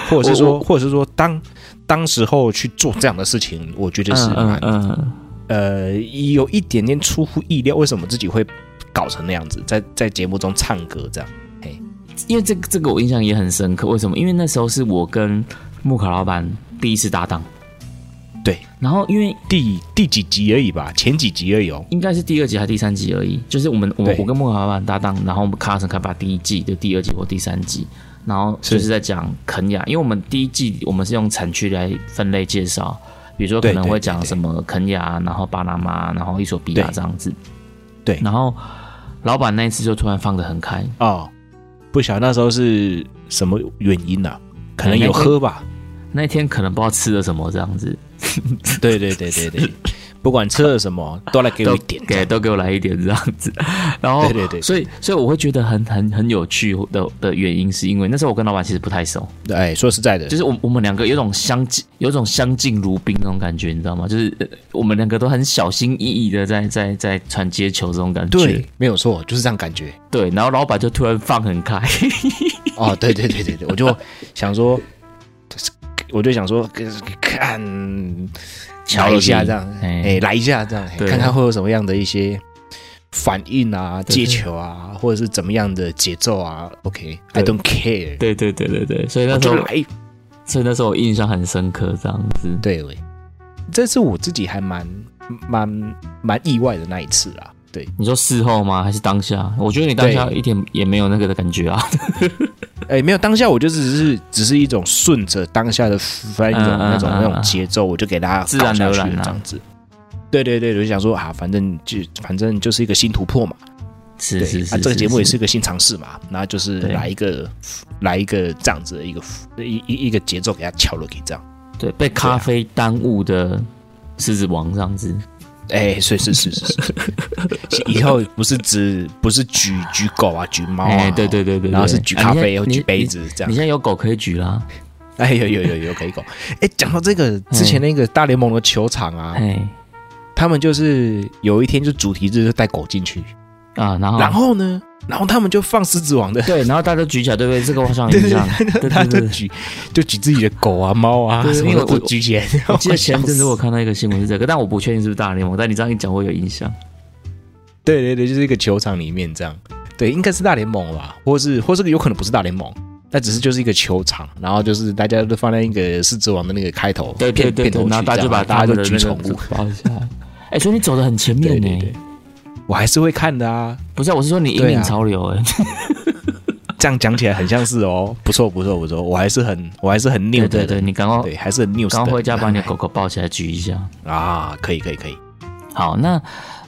[SPEAKER 3] 或者是
[SPEAKER 2] 我
[SPEAKER 3] 说，或者是说当当时候去做这样的事情，我觉得是蛮、
[SPEAKER 2] 嗯嗯嗯，
[SPEAKER 3] 呃有一点点出乎意料，为什么自己会搞成那样子，在在节目中唱歌这样。
[SPEAKER 2] 因为这个这个我印象也很深刻。为什么？因为那时候是我跟木卡老板第一次搭档，
[SPEAKER 3] 对，
[SPEAKER 2] 然后因为
[SPEAKER 3] 第第几集而已吧，前几集而已哦。
[SPEAKER 2] 应该是第二集还是第三集而已，就是我们我们
[SPEAKER 3] 对
[SPEAKER 2] 我跟木卡老板搭档，然后我们卡森卡把第一季的第二集或第三集，然后就是
[SPEAKER 3] 是
[SPEAKER 2] 在讲肯雅，因为我们第一季我们是用产区来分类介绍，比如说可
[SPEAKER 3] 对
[SPEAKER 2] 能
[SPEAKER 3] 对
[SPEAKER 2] 会
[SPEAKER 3] 对
[SPEAKER 2] 讲
[SPEAKER 3] 对
[SPEAKER 2] 什么肯雅，然后巴拿马，啊然后伊索比亚
[SPEAKER 3] 对
[SPEAKER 2] 这样子，
[SPEAKER 3] 对
[SPEAKER 2] 然后老板那一次就突然放得很开，
[SPEAKER 3] 哦，不晓得那时候是什么原因啊，可能
[SPEAKER 2] 嗯
[SPEAKER 3] 有喝吧。
[SPEAKER 2] 那一天可能不知道吃了什么这样子，
[SPEAKER 3] 对对对对 对，不管吃了什么，都来给我
[SPEAKER 2] 都
[SPEAKER 3] 一点。
[SPEAKER 2] 给都给我来一点这样子， 然后
[SPEAKER 3] 对对对
[SPEAKER 2] 所以所以我会觉得很很很有趣的的原因，是因为那时候我跟老板其实不太熟，
[SPEAKER 3] 哎，说实在的，
[SPEAKER 2] 就是我我们两个有种相敬有种相敬如宾那种感觉，你知道吗？就是呃我们两个都很小心翼翼的在在在传接球这种感觉，
[SPEAKER 3] 对，没有错，就是这样感觉。
[SPEAKER 2] 对然后老板就突然放很开，
[SPEAKER 3] 哦，对对对对对，我就想说，我就想说，看
[SPEAKER 2] 瞧
[SPEAKER 3] 来
[SPEAKER 2] 了
[SPEAKER 3] 一下
[SPEAKER 2] 你
[SPEAKER 3] 这样，
[SPEAKER 2] 哎
[SPEAKER 3] 哎，来一下这样，哎
[SPEAKER 2] 对啊
[SPEAKER 3] 看看会有什么样的一些反应啊，
[SPEAKER 2] 对
[SPEAKER 3] 接球啊，或者是怎么样的节奏啊。
[SPEAKER 2] 对
[SPEAKER 3] OK，I don't care，
[SPEAKER 2] 对对对对对，所以
[SPEAKER 3] 我
[SPEAKER 2] 那时
[SPEAKER 3] 就
[SPEAKER 2] 候
[SPEAKER 3] 来。
[SPEAKER 2] 所以那时候我印象很深刻，这样子。
[SPEAKER 3] 对，这是我自己还蛮蛮蛮意外的那一次啦。对，
[SPEAKER 2] 你说事后吗？还是当下？我觉得你当下
[SPEAKER 3] 对
[SPEAKER 2] 一点也没有那个的感觉啊。
[SPEAKER 3] 哎，没有，当下我就只是只是一种顺着当下的 f 一种
[SPEAKER 2] 嗯嗯
[SPEAKER 3] 那种
[SPEAKER 2] 嗯
[SPEAKER 3] 那种
[SPEAKER 2] 嗯
[SPEAKER 3] 节奏，我就给大家
[SPEAKER 2] 自然
[SPEAKER 3] 搞下
[SPEAKER 2] 而
[SPEAKER 3] 去
[SPEAKER 2] 然啊
[SPEAKER 3] 这样子。对对对，我就想说啊，反正就反正就是一个新突破嘛，
[SPEAKER 2] 是
[SPEAKER 3] 对
[SPEAKER 2] 是是，
[SPEAKER 3] 啊，这个节目也
[SPEAKER 2] 是
[SPEAKER 3] 是一个新尝试嘛，然后就是
[SPEAKER 2] 对
[SPEAKER 3] 来一个来一个这样子的一个一一一个节奏给它敲了给这样，
[SPEAKER 2] 对被咖啡耽误的狮子王这样子。
[SPEAKER 3] 哎，是是是是是，是以后不是只不是举举狗啊，举猫啊，
[SPEAKER 2] 哎对对对对对
[SPEAKER 3] 然后是举
[SPEAKER 2] 啊
[SPEAKER 3] 咖
[SPEAKER 2] 你
[SPEAKER 3] 啡
[SPEAKER 2] 看
[SPEAKER 3] 或
[SPEAKER 2] 你
[SPEAKER 3] 举杯子这样
[SPEAKER 2] 你，现在有狗可以举啦，
[SPEAKER 3] 哎，有有有有可以狗，哎，讲到这个之前那个大联盟的球场啊，
[SPEAKER 2] 哎
[SPEAKER 3] 他们就是有一天就主题日就带狗进去，
[SPEAKER 2] 啊，然后
[SPEAKER 3] 然后呢，然后他们就放狮子王的，
[SPEAKER 2] 对，然后大家都举起来，对不对？这个我好像有
[SPEAKER 3] 对
[SPEAKER 2] 印
[SPEAKER 3] 对
[SPEAKER 2] 象，对
[SPEAKER 3] 对，他
[SPEAKER 2] 对
[SPEAKER 3] 就
[SPEAKER 2] 对。
[SPEAKER 3] 举就举自己的狗啊、猫啊
[SPEAKER 2] 对
[SPEAKER 3] 什么
[SPEAKER 2] 因为
[SPEAKER 3] 的
[SPEAKER 2] 我
[SPEAKER 3] 都举起来。
[SPEAKER 2] 我记得前阵子我
[SPEAKER 3] 我，
[SPEAKER 2] 看到一个新闻是这个，但我不确定是不是大联盟，但你这样一讲，我有印象。
[SPEAKER 3] 对对对，就是一个球场里面这样，对，应该是大联盟吧，或是或是有可能不是大联盟，那只是就是一个球场，然后就是大家都放在一个狮子王的那个开头，
[SPEAKER 2] 对对对
[SPEAKER 3] 片片
[SPEAKER 2] 对，
[SPEAKER 3] 头曲
[SPEAKER 2] 然后大家
[SPEAKER 3] 这
[SPEAKER 2] 就
[SPEAKER 3] 样
[SPEAKER 2] 把
[SPEAKER 3] 大家
[SPEAKER 2] 们
[SPEAKER 3] 就
[SPEAKER 2] 的
[SPEAKER 3] 举
[SPEAKER 2] 那个
[SPEAKER 3] 宠物，
[SPEAKER 2] 包起来。哎，所以你走的很前
[SPEAKER 3] 对
[SPEAKER 2] 面
[SPEAKER 3] 对对
[SPEAKER 2] 呢，。
[SPEAKER 3] 我还是会看的啊。
[SPEAKER 2] 不是、啊，我是说你引
[SPEAKER 3] 对
[SPEAKER 2] 领
[SPEAKER 3] 啊
[SPEAKER 2] 潮流、欸，
[SPEAKER 3] 这样讲起来很像是哦，不错不错不错，我还是很我还是很
[SPEAKER 2] 对
[SPEAKER 3] new 的
[SPEAKER 2] 对
[SPEAKER 3] 人，
[SPEAKER 2] 对，你刚刚
[SPEAKER 3] 对还是很 new 的人。
[SPEAKER 2] 刚回家把你的狗狗抱起来举一下。
[SPEAKER 3] 啊，可以可以可以，
[SPEAKER 2] 好，那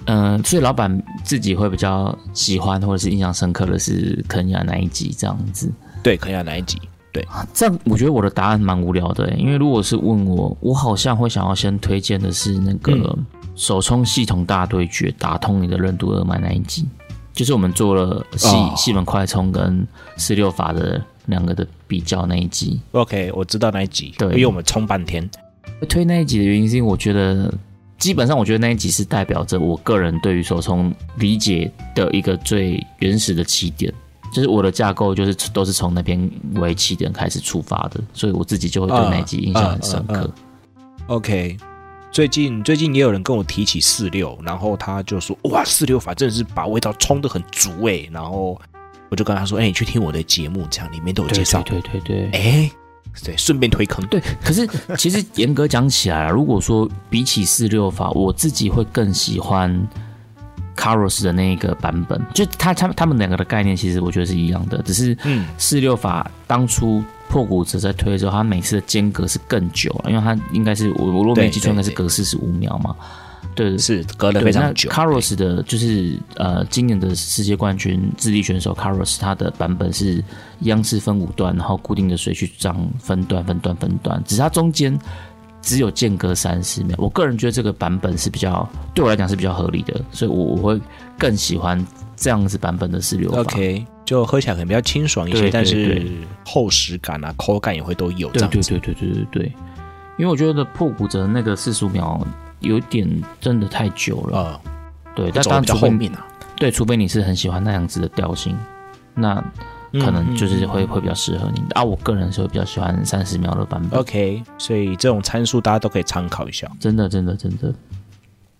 [SPEAKER 2] 嗯、呃所以老板自己会比较喜欢或者是印象深刻的是肯雅那一集这样子。
[SPEAKER 3] 对，可以啊，哪一集？对，
[SPEAKER 2] 这样我觉得我的答案蛮无聊的、欸因为如果是问我，我好像会想要先推荐的是那个首冲系统大对决，打通你的任督二脉那一集，就是我们做了细
[SPEAKER 3] 哦
[SPEAKER 2] 细门快冲跟四六法的两个的比较那一集。
[SPEAKER 3] OK，我知道那一集，
[SPEAKER 2] 对
[SPEAKER 3] 因为我们冲半天。
[SPEAKER 2] 推那一集的原因是因为我觉得，基本上我觉得那一集是代表着我个人对于手冲理解的一个最原始的起点，就是我的架构就是都是从那边为起点开始出发的，所以我自己就会对那一集印象很深刻。
[SPEAKER 3] 嗯嗯嗯 OK，最近最近也有人跟我提起四六，然后他就说哇，四六法真的是把味道冲得很足哎、然后我就跟他说，哎、你去听我的节目，这样里面都有介
[SPEAKER 2] 啊对
[SPEAKER 3] 绍。
[SPEAKER 2] 对对对
[SPEAKER 3] 哎、
[SPEAKER 2] 对。
[SPEAKER 3] 对，顺便推坑。
[SPEAKER 2] 对， 可是其实严格讲起来啊，如果说比起四六法，我自己会更喜欢 Caros 的那个版本，就他他他们两个的概念，其实我觉得是一样的，只是
[SPEAKER 3] 嗯，
[SPEAKER 2] 四六法当初破骨折在推的时候，它每次的间隔是更久了，因为它应该是我我如果没
[SPEAKER 3] 对
[SPEAKER 2] 记错，应该是
[SPEAKER 3] 对
[SPEAKER 2] 隔四十五秒嘛。对，
[SPEAKER 3] 是隔了
[SPEAKER 2] 对
[SPEAKER 3] 非常久。
[SPEAKER 2] 那 Caros 的就是呃，今年的世界冠军智利选手 Caros，他的版本是一样是分五段，然后固定的水去这样分段、分段、分段，只是它中间只有间隔三十秒。我个人觉得这个版本是比较对我来讲是比较合理的，所以我我会更喜欢这样子版本的四六法。
[SPEAKER 3] OK，就喝起来可能比较清爽一些，
[SPEAKER 2] 对对
[SPEAKER 3] 但是
[SPEAKER 2] 对
[SPEAKER 3] 厚实感啊、口感也会都有这
[SPEAKER 2] 对
[SPEAKER 3] 样子。
[SPEAKER 2] 对对对对对对，因为我觉得破骨折那个四十五秒有点真的太久了，
[SPEAKER 3] 呃，
[SPEAKER 2] 对，但
[SPEAKER 3] 走
[SPEAKER 2] 当然
[SPEAKER 3] 比较
[SPEAKER 2] 除
[SPEAKER 3] 后
[SPEAKER 2] 非
[SPEAKER 3] 面啊。
[SPEAKER 2] 对，除非你是很喜欢那样子的调性，那
[SPEAKER 3] 嗯
[SPEAKER 2] 可能就是会、会比较适合你啊。我个人是会比较喜欢三十秒的版本，
[SPEAKER 3] OK，所以这种参数大家都可以参考一下。
[SPEAKER 2] 真的真的真的。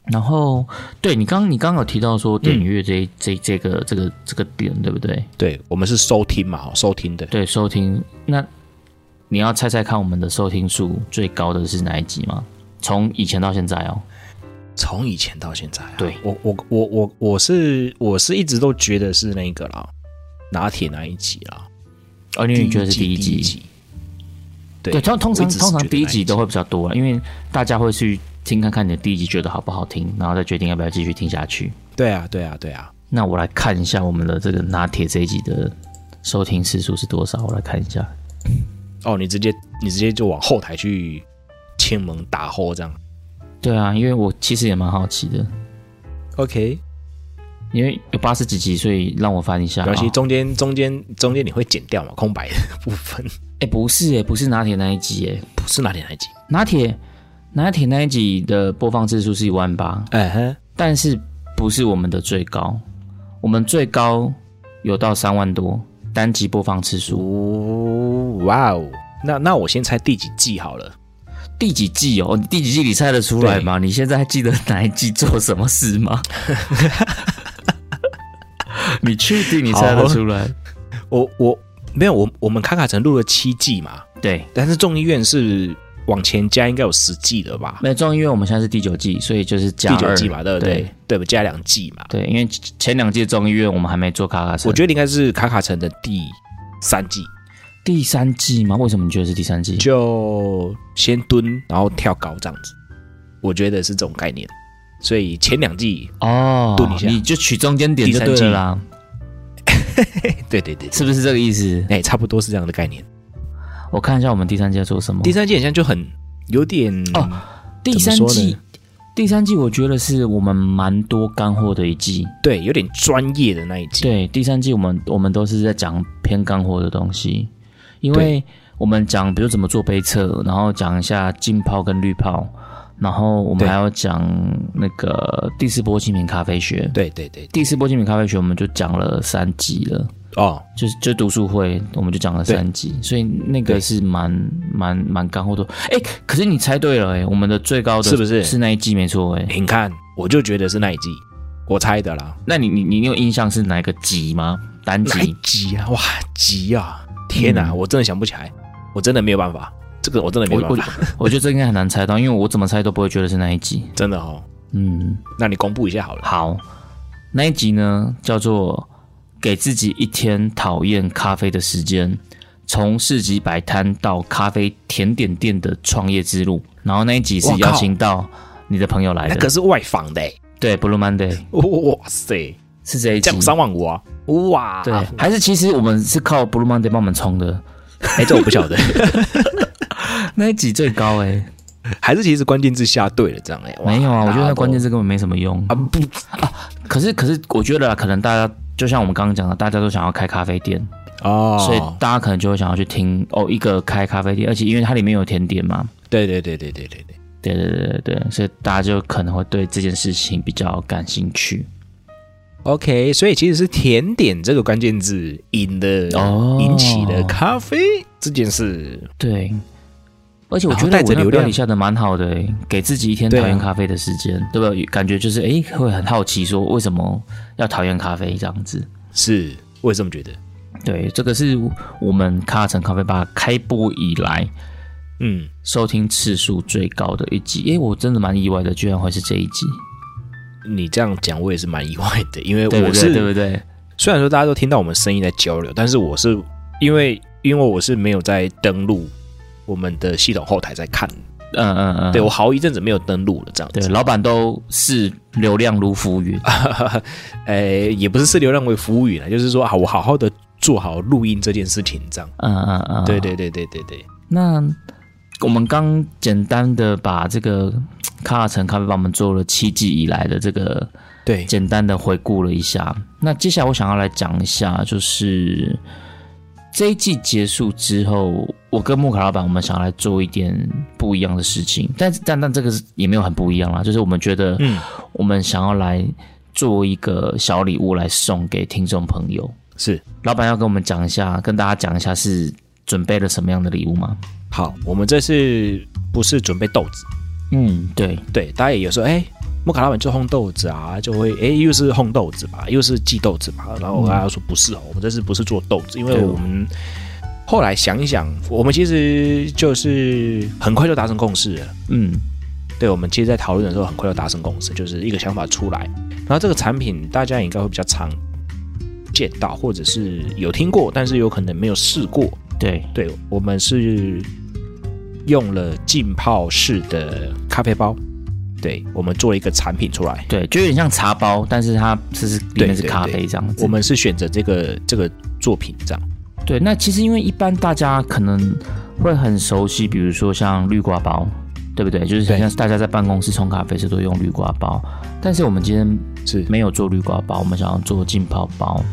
[SPEAKER 2] 然后，对你刚你刚刚有提到说点
[SPEAKER 3] 嗯
[SPEAKER 2] 阅这、一这这个这个这个点对不对？
[SPEAKER 3] 对我们是收听嘛，哦收听的。
[SPEAKER 2] 对，收听那你要猜猜看我们的收听数最高的是哪一集吗？从以前到现在哦，
[SPEAKER 3] 从以前到现在、啊，
[SPEAKER 2] 对
[SPEAKER 3] 我我我我我是我是一直都觉得是那个啦，拿铁那一集啦，
[SPEAKER 2] 哦，因为你觉得是第一
[SPEAKER 3] 第一
[SPEAKER 2] 集，
[SPEAKER 3] 集，对
[SPEAKER 2] 对，通通常
[SPEAKER 3] 我一直是
[SPEAKER 2] 通常
[SPEAKER 3] 觉得
[SPEAKER 2] 第一
[SPEAKER 3] 那
[SPEAKER 2] 集都会比较多啊，因为大家会去听看看你的第一集觉得好不好听，然后再决定要不要继续听下去。
[SPEAKER 3] 对啊对啊对啊，
[SPEAKER 2] 那我来看一下我们的这个拿铁这一集的收听次数是多少，我来看一下。
[SPEAKER 3] 哦，你直接你直接就往后台去亲门打后这样
[SPEAKER 2] 对啊，因为我其实也蛮好奇的，
[SPEAKER 3] ，OK，
[SPEAKER 2] 因为有八十几集，所以让我翻一下。
[SPEAKER 3] 没关系，
[SPEAKER 2] 哦
[SPEAKER 3] 中间中间中间你会剪掉嘛，空白的部分
[SPEAKER 2] 哎、不是哎、不是拿铁那一集哎、
[SPEAKER 3] 不是拿铁那一集，
[SPEAKER 2] 拿铁拿铁那一集的播放次数是一万八，
[SPEAKER 3] 嗯哼，
[SPEAKER 2] 但是不是我们的最高，我们最高有到三万多单集播放次数，
[SPEAKER 3] 哦哇哦，那那我先猜第几季好了，
[SPEAKER 2] 第几季哦？你第几季你猜得出来吗？你现在还记得哪一季做什么事 吗？你确定你猜得出来？
[SPEAKER 3] 我我没有我我们卡卡城录了七季嘛，
[SPEAKER 2] 对，
[SPEAKER 3] 但是众议院是往前加，应该有十季了吧？
[SPEAKER 2] 没错，因为我们现在是第九季，所以就是加
[SPEAKER 3] 第九
[SPEAKER 2] 二
[SPEAKER 3] 季嘛，对不对
[SPEAKER 2] 对？
[SPEAKER 3] 对不？加两季嘛。
[SPEAKER 2] 对因为前两届众议院我们还没做卡卡森，
[SPEAKER 3] 我觉得应该是卡卡城的第三季，
[SPEAKER 2] 第三季吗？为什么你觉得是第三季？
[SPEAKER 3] 就先蹲，然后跳高这样子。我觉得是这种概念，所以前两季，
[SPEAKER 2] 哦
[SPEAKER 3] 顿一，下
[SPEAKER 2] 你就取中间点就对了啦，
[SPEAKER 3] 对对对，
[SPEAKER 2] 是不是这个意思？
[SPEAKER 3] 哎，差不多是这样的概念。
[SPEAKER 2] 我看一下我们第三季要做什么。
[SPEAKER 3] 第三季好像就很有点
[SPEAKER 2] 哦第三
[SPEAKER 3] 怎么说
[SPEAKER 2] 季
[SPEAKER 3] 呢，
[SPEAKER 2] 第三季我觉得是我们蛮多干货的一季。
[SPEAKER 3] 对，有点专业的那一季。
[SPEAKER 2] 对，第三季我们我们都是在讲偏干货的东西，因为我们讲比如怎么做杯测，然后讲一下浸泡跟滤泡，然后我们
[SPEAKER 3] 对
[SPEAKER 2] 还要讲那个第四波精品咖啡学。
[SPEAKER 3] 对对对，
[SPEAKER 2] 第四波精品咖啡学我们就讲了三集了，
[SPEAKER 3] 哦，
[SPEAKER 2] 就是就读书会我们就讲了
[SPEAKER 3] 对
[SPEAKER 2] 三集，所以那个
[SPEAKER 3] 对
[SPEAKER 2] 是蛮蛮蛮干货的。哎、可是你猜对了哎、我们的最高的
[SPEAKER 3] 是不是
[SPEAKER 2] 是那一季没错哎、
[SPEAKER 3] 你看，我就觉得是那一季，我猜的啦。
[SPEAKER 2] 那你你你有印象是哪一个集吗？单
[SPEAKER 3] 哪一
[SPEAKER 2] 集？
[SPEAKER 3] 集啊？哇，集啊！天哪、
[SPEAKER 2] 嗯
[SPEAKER 3] 我真的想不起来，我真的没有办法，这个我真的没
[SPEAKER 2] 我
[SPEAKER 3] 有
[SPEAKER 2] 我
[SPEAKER 3] 办法，
[SPEAKER 2] 我觉得这应该很难猜到，因为我怎么猜都不会觉得是那一集。
[SPEAKER 3] 真的哦。
[SPEAKER 2] 嗯，
[SPEAKER 3] 那你公布一下好了。
[SPEAKER 2] 好，那一集呢叫做“给自己一天讨厌咖啡的时间”，从市集摆摊到咖啡甜点店的创业之路。然后那一集是
[SPEAKER 3] 哇靠
[SPEAKER 2] 邀请到你的朋友来
[SPEAKER 3] 那
[SPEAKER 2] 的，
[SPEAKER 3] 可是外访的、欸，
[SPEAKER 2] 对 Blue Monday
[SPEAKER 3] 哇塞，
[SPEAKER 2] 是这一
[SPEAKER 3] 这
[SPEAKER 2] 集
[SPEAKER 3] 样。三万五啊，哇，
[SPEAKER 2] 对，还是其实我们是靠 Blue Monday 帮我们冲的，
[SPEAKER 3] 哎、这我 不晓得，
[SPEAKER 2] 那一集最高哎、
[SPEAKER 3] 还是其实关键字下对了，这样哎、哇
[SPEAKER 2] 没有啊，我觉得
[SPEAKER 3] 大家
[SPEAKER 2] 那
[SPEAKER 3] 都
[SPEAKER 2] 关键字根本没什么用
[SPEAKER 3] 啊不，
[SPEAKER 2] 可是，可是，我觉得啊可能大家就像我们刚刚讲的，大家都想要开咖啡店，
[SPEAKER 3] 哦，
[SPEAKER 2] 所以大家可能就会想要去听哦，一个开咖啡店，而且因为它里面有甜点嘛，
[SPEAKER 3] 对对对对对对
[SPEAKER 2] 对
[SPEAKER 3] 对，
[SPEAKER 2] 对对对对，所以大家就可能会对这件事情比较感兴趣。
[SPEAKER 3] OK，所以其实是甜点这个关键字引的，
[SPEAKER 2] 哦
[SPEAKER 3] 引起了咖啡这件事。
[SPEAKER 2] 对，而且我觉
[SPEAKER 3] 嗯然后带
[SPEAKER 2] 得
[SPEAKER 3] 着
[SPEAKER 2] 我那
[SPEAKER 3] 流量
[SPEAKER 2] 标题下的蛮好的、欸，给自己一天讨
[SPEAKER 3] 对啊
[SPEAKER 2] 厌咖啡的时间，对吧？感觉就是诶，会很好奇说为什么要讨厌咖啡这样子。
[SPEAKER 3] 是，我也这么觉得。
[SPEAKER 2] 对，这个是我们卡城咖啡吧开播以来
[SPEAKER 3] 嗯，
[SPEAKER 2] 收听次数最高的一集，因为我真的蛮意外的，居然会是这一集，
[SPEAKER 3] 你这样讲我也是蛮意外的，因为
[SPEAKER 2] 对不
[SPEAKER 3] 我
[SPEAKER 2] 对？
[SPEAKER 3] 是
[SPEAKER 2] 对不对？
[SPEAKER 3] 虽然说大家都听到我们声音在交流，但是我是因为因为我是没有在登录我们的系统后台在看，
[SPEAKER 2] 嗯嗯嗯，
[SPEAKER 3] 对我好一阵子没有登录了，这样
[SPEAKER 2] 对，
[SPEAKER 3] 子。
[SPEAKER 2] 老板都视流量如浮云，
[SPEAKER 3] 呃，也不是视流量为服务语了，就是说啊，我好好的做好录音这件事情，这样。
[SPEAKER 2] 嗯嗯嗯，
[SPEAKER 3] 对。对对对对对，
[SPEAKER 2] 那我们刚简单的把这个卡尔城咖啡帮我们做了七季以来的这个
[SPEAKER 3] 对，
[SPEAKER 2] 简单的回顾了一下，那接下来我想要来讲一下，就是这一季结束之后，我跟木卡老板，我们想要来做一点不一样的事情，但但但这个是也没有很不一样啦，就是我们觉得，
[SPEAKER 3] 嗯，
[SPEAKER 2] 我们想要来做一个小礼物来送给听众朋友。
[SPEAKER 3] 是。
[SPEAKER 2] 老板要跟我们讲一下，跟大家讲一下是准备了什么样的礼物吗？
[SPEAKER 3] 好，我们这次不是准备豆子，
[SPEAKER 2] 嗯，对，
[SPEAKER 3] 对，大家也有说，哎、莫卡老板就烘豆子啊，就会哎、又是烘豆子吧，又是寄豆子吧。然后我跟他说不是哦，我们这次不是做豆子，因为
[SPEAKER 2] 对
[SPEAKER 3] 我们后来想一想，我们其实就是很快就达成共识了。
[SPEAKER 2] 嗯，
[SPEAKER 3] 对，我们其实，在讨论的时候很快就达成共识，就是一个想法出来，然后这个产品大家应该会比较常见到，或者是有听过，但是有可能没有试过。
[SPEAKER 2] 对，
[SPEAKER 3] 对，我们是用了浸泡式的咖啡包，对我们做了一个产品出来。
[SPEAKER 2] 对，就有点像茶包，但是它就是里面
[SPEAKER 3] 对
[SPEAKER 2] 是
[SPEAKER 3] 对
[SPEAKER 2] 咖
[SPEAKER 3] 对
[SPEAKER 2] 啡这样子。
[SPEAKER 3] 我们是选择这个这个作品这样。
[SPEAKER 2] 对，那其实因为一般大家可能会很熟悉，比如说像绿瓜包，对不对？就是很
[SPEAKER 3] 对
[SPEAKER 2] 像大家在办公室冲咖啡时都用绿瓜包，但是我们今天
[SPEAKER 3] 是
[SPEAKER 2] 没有做绿瓜包，我们想要做浸泡包。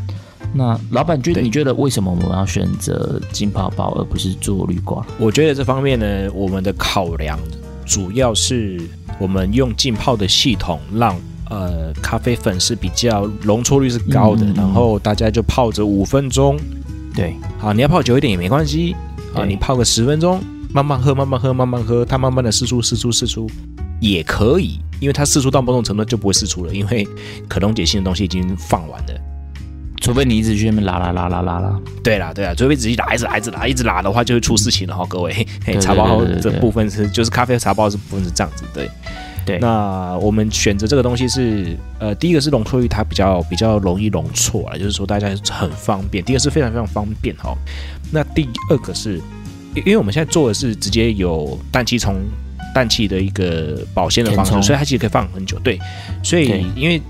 [SPEAKER 2] 那老板觉得
[SPEAKER 3] 对
[SPEAKER 2] 你觉得为什么我们要选择浸泡包而不是做绿瓜？
[SPEAKER 3] 我觉得这方面呢，我们的考量主要是我们用浸泡的系统让。呃，咖啡粉是比较容错率是高的，
[SPEAKER 2] 嗯嗯嗯
[SPEAKER 3] 然后大家就泡着五分钟，
[SPEAKER 2] 对
[SPEAKER 3] 好，你要泡久一点也没关系啊，
[SPEAKER 2] 对
[SPEAKER 3] 你泡个十分钟，慢慢喝，慢慢喝，慢慢喝，它慢慢的试出，试出，试出也可以，因为它试出到某种程度就不会试出了，因为可溶解性的东西已经放完了。
[SPEAKER 2] 除非你一直去那边拉拉拉拉拉拉，
[SPEAKER 3] 对啦，对啦，除非仔细打，一直打，一直打，一直打的话，就会出事情了哈，各位。嘿
[SPEAKER 2] 对对
[SPEAKER 3] 茶包
[SPEAKER 2] 对对
[SPEAKER 3] 这
[SPEAKER 2] 对
[SPEAKER 3] 部分是，就是咖啡茶包这部分是这样子，对。
[SPEAKER 2] 对
[SPEAKER 3] 那我们选择这个东西是，呃，第一个是容错率它比较比较容易容错啊，就是说大家很方便。第二个是非常非常方便哈。那第二个是，因因为我们现在做的是直接有氮气冲氮气的一个保鲜的方式
[SPEAKER 2] 填，充
[SPEAKER 3] 所以它其实可以放很久。对，所
[SPEAKER 2] 对
[SPEAKER 3] 以因为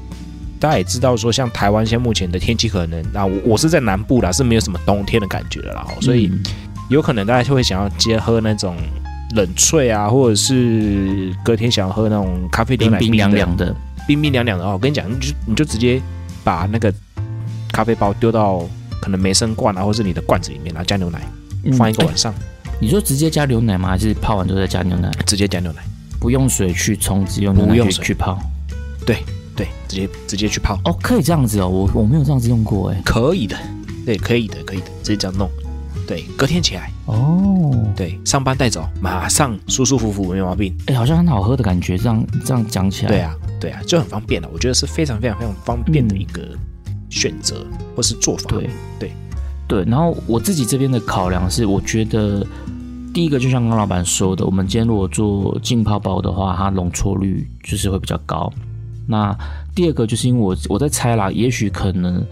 [SPEAKER 3] 大家也知道说，像台湾现在目前的天气可能，那我我是在南部啦，是没有什么冬天的感觉的啦，所以
[SPEAKER 2] 嗯
[SPEAKER 3] 有可能大家就会想要接喝那种冷萃啊，或者是隔天想要喝那种咖啡牛
[SPEAKER 2] 冰
[SPEAKER 3] 奶
[SPEAKER 2] 冰
[SPEAKER 3] 冰
[SPEAKER 2] 凉
[SPEAKER 3] 的
[SPEAKER 2] 凉的，
[SPEAKER 3] 冰冰凉凉的哦。我跟你讲，你就你就直接把那个咖啡包丢到可能梅生罐啊，或是你的罐子里面，然后加牛奶，
[SPEAKER 2] 嗯
[SPEAKER 3] 放一个
[SPEAKER 2] 哎
[SPEAKER 3] 晚上，
[SPEAKER 2] 你说直接加牛奶吗？还是泡完之后再加牛奶？
[SPEAKER 3] 直接加牛奶，
[SPEAKER 2] 不用水去冲，只用牛
[SPEAKER 3] 不
[SPEAKER 2] 奶
[SPEAKER 3] 用
[SPEAKER 2] 去
[SPEAKER 3] 水
[SPEAKER 2] 去泡。
[SPEAKER 3] 对，直接直接去泡，
[SPEAKER 2] 哦，可以这样子哦，我我没有这样子用过哎。
[SPEAKER 3] 可以的，对，可以的，可以的，直接这样弄，对，隔天起来。
[SPEAKER 2] 哦，
[SPEAKER 3] 对，上班带走，马上舒舒服服，没毛病。
[SPEAKER 2] 哎，好像很好喝的感觉，这样这样讲起来，
[SPEAKER 3] 对，啊，对啊，就很方便了。我觉得是非常非常非常方便的一个选择、或是做法。
[SPEAKER 2] 嗯对
[SPEAKER 3] 对
[SPEAKER 2] 对。然后我自己这边的考量是，我觉得第一个就像刚老板说的，我们今天如果做浸泡包的话，它容错率就是会比较高。那第二个就是因为我我在猜啦，也许可能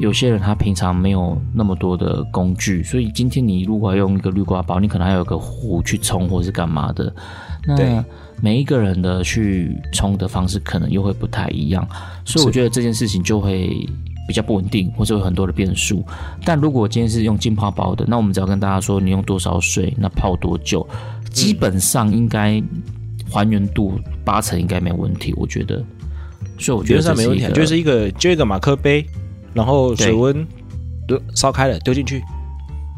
[SPEAKER 2] 有些人他平常没有那么多的工具，所以今天你如果要用一个绿瓜包，你可能还有个壶去冲或是干嘛的。
[SPEAKER 3] 对
[SPEAKER 2] 那每一个人的去冲的方式可能又会不太一样，所以我觉得这件事情就会比较不稳定，或者有很多的变数。但如果今天是用浸泡包的，那我们只要跟大家说你用多少水，那泡多久，基本上应该还原度八成应该没问题，我觉得。所以我
[SPEAKER 3] 理
[SPEAKER 2] 觉得这
[SPEAKER 3] 论上没问题啊，
[SPEAKER 2] 一个
[SPEAKER 3] 就是一个就一个马克杯，然后水温呃烧开了丢进去。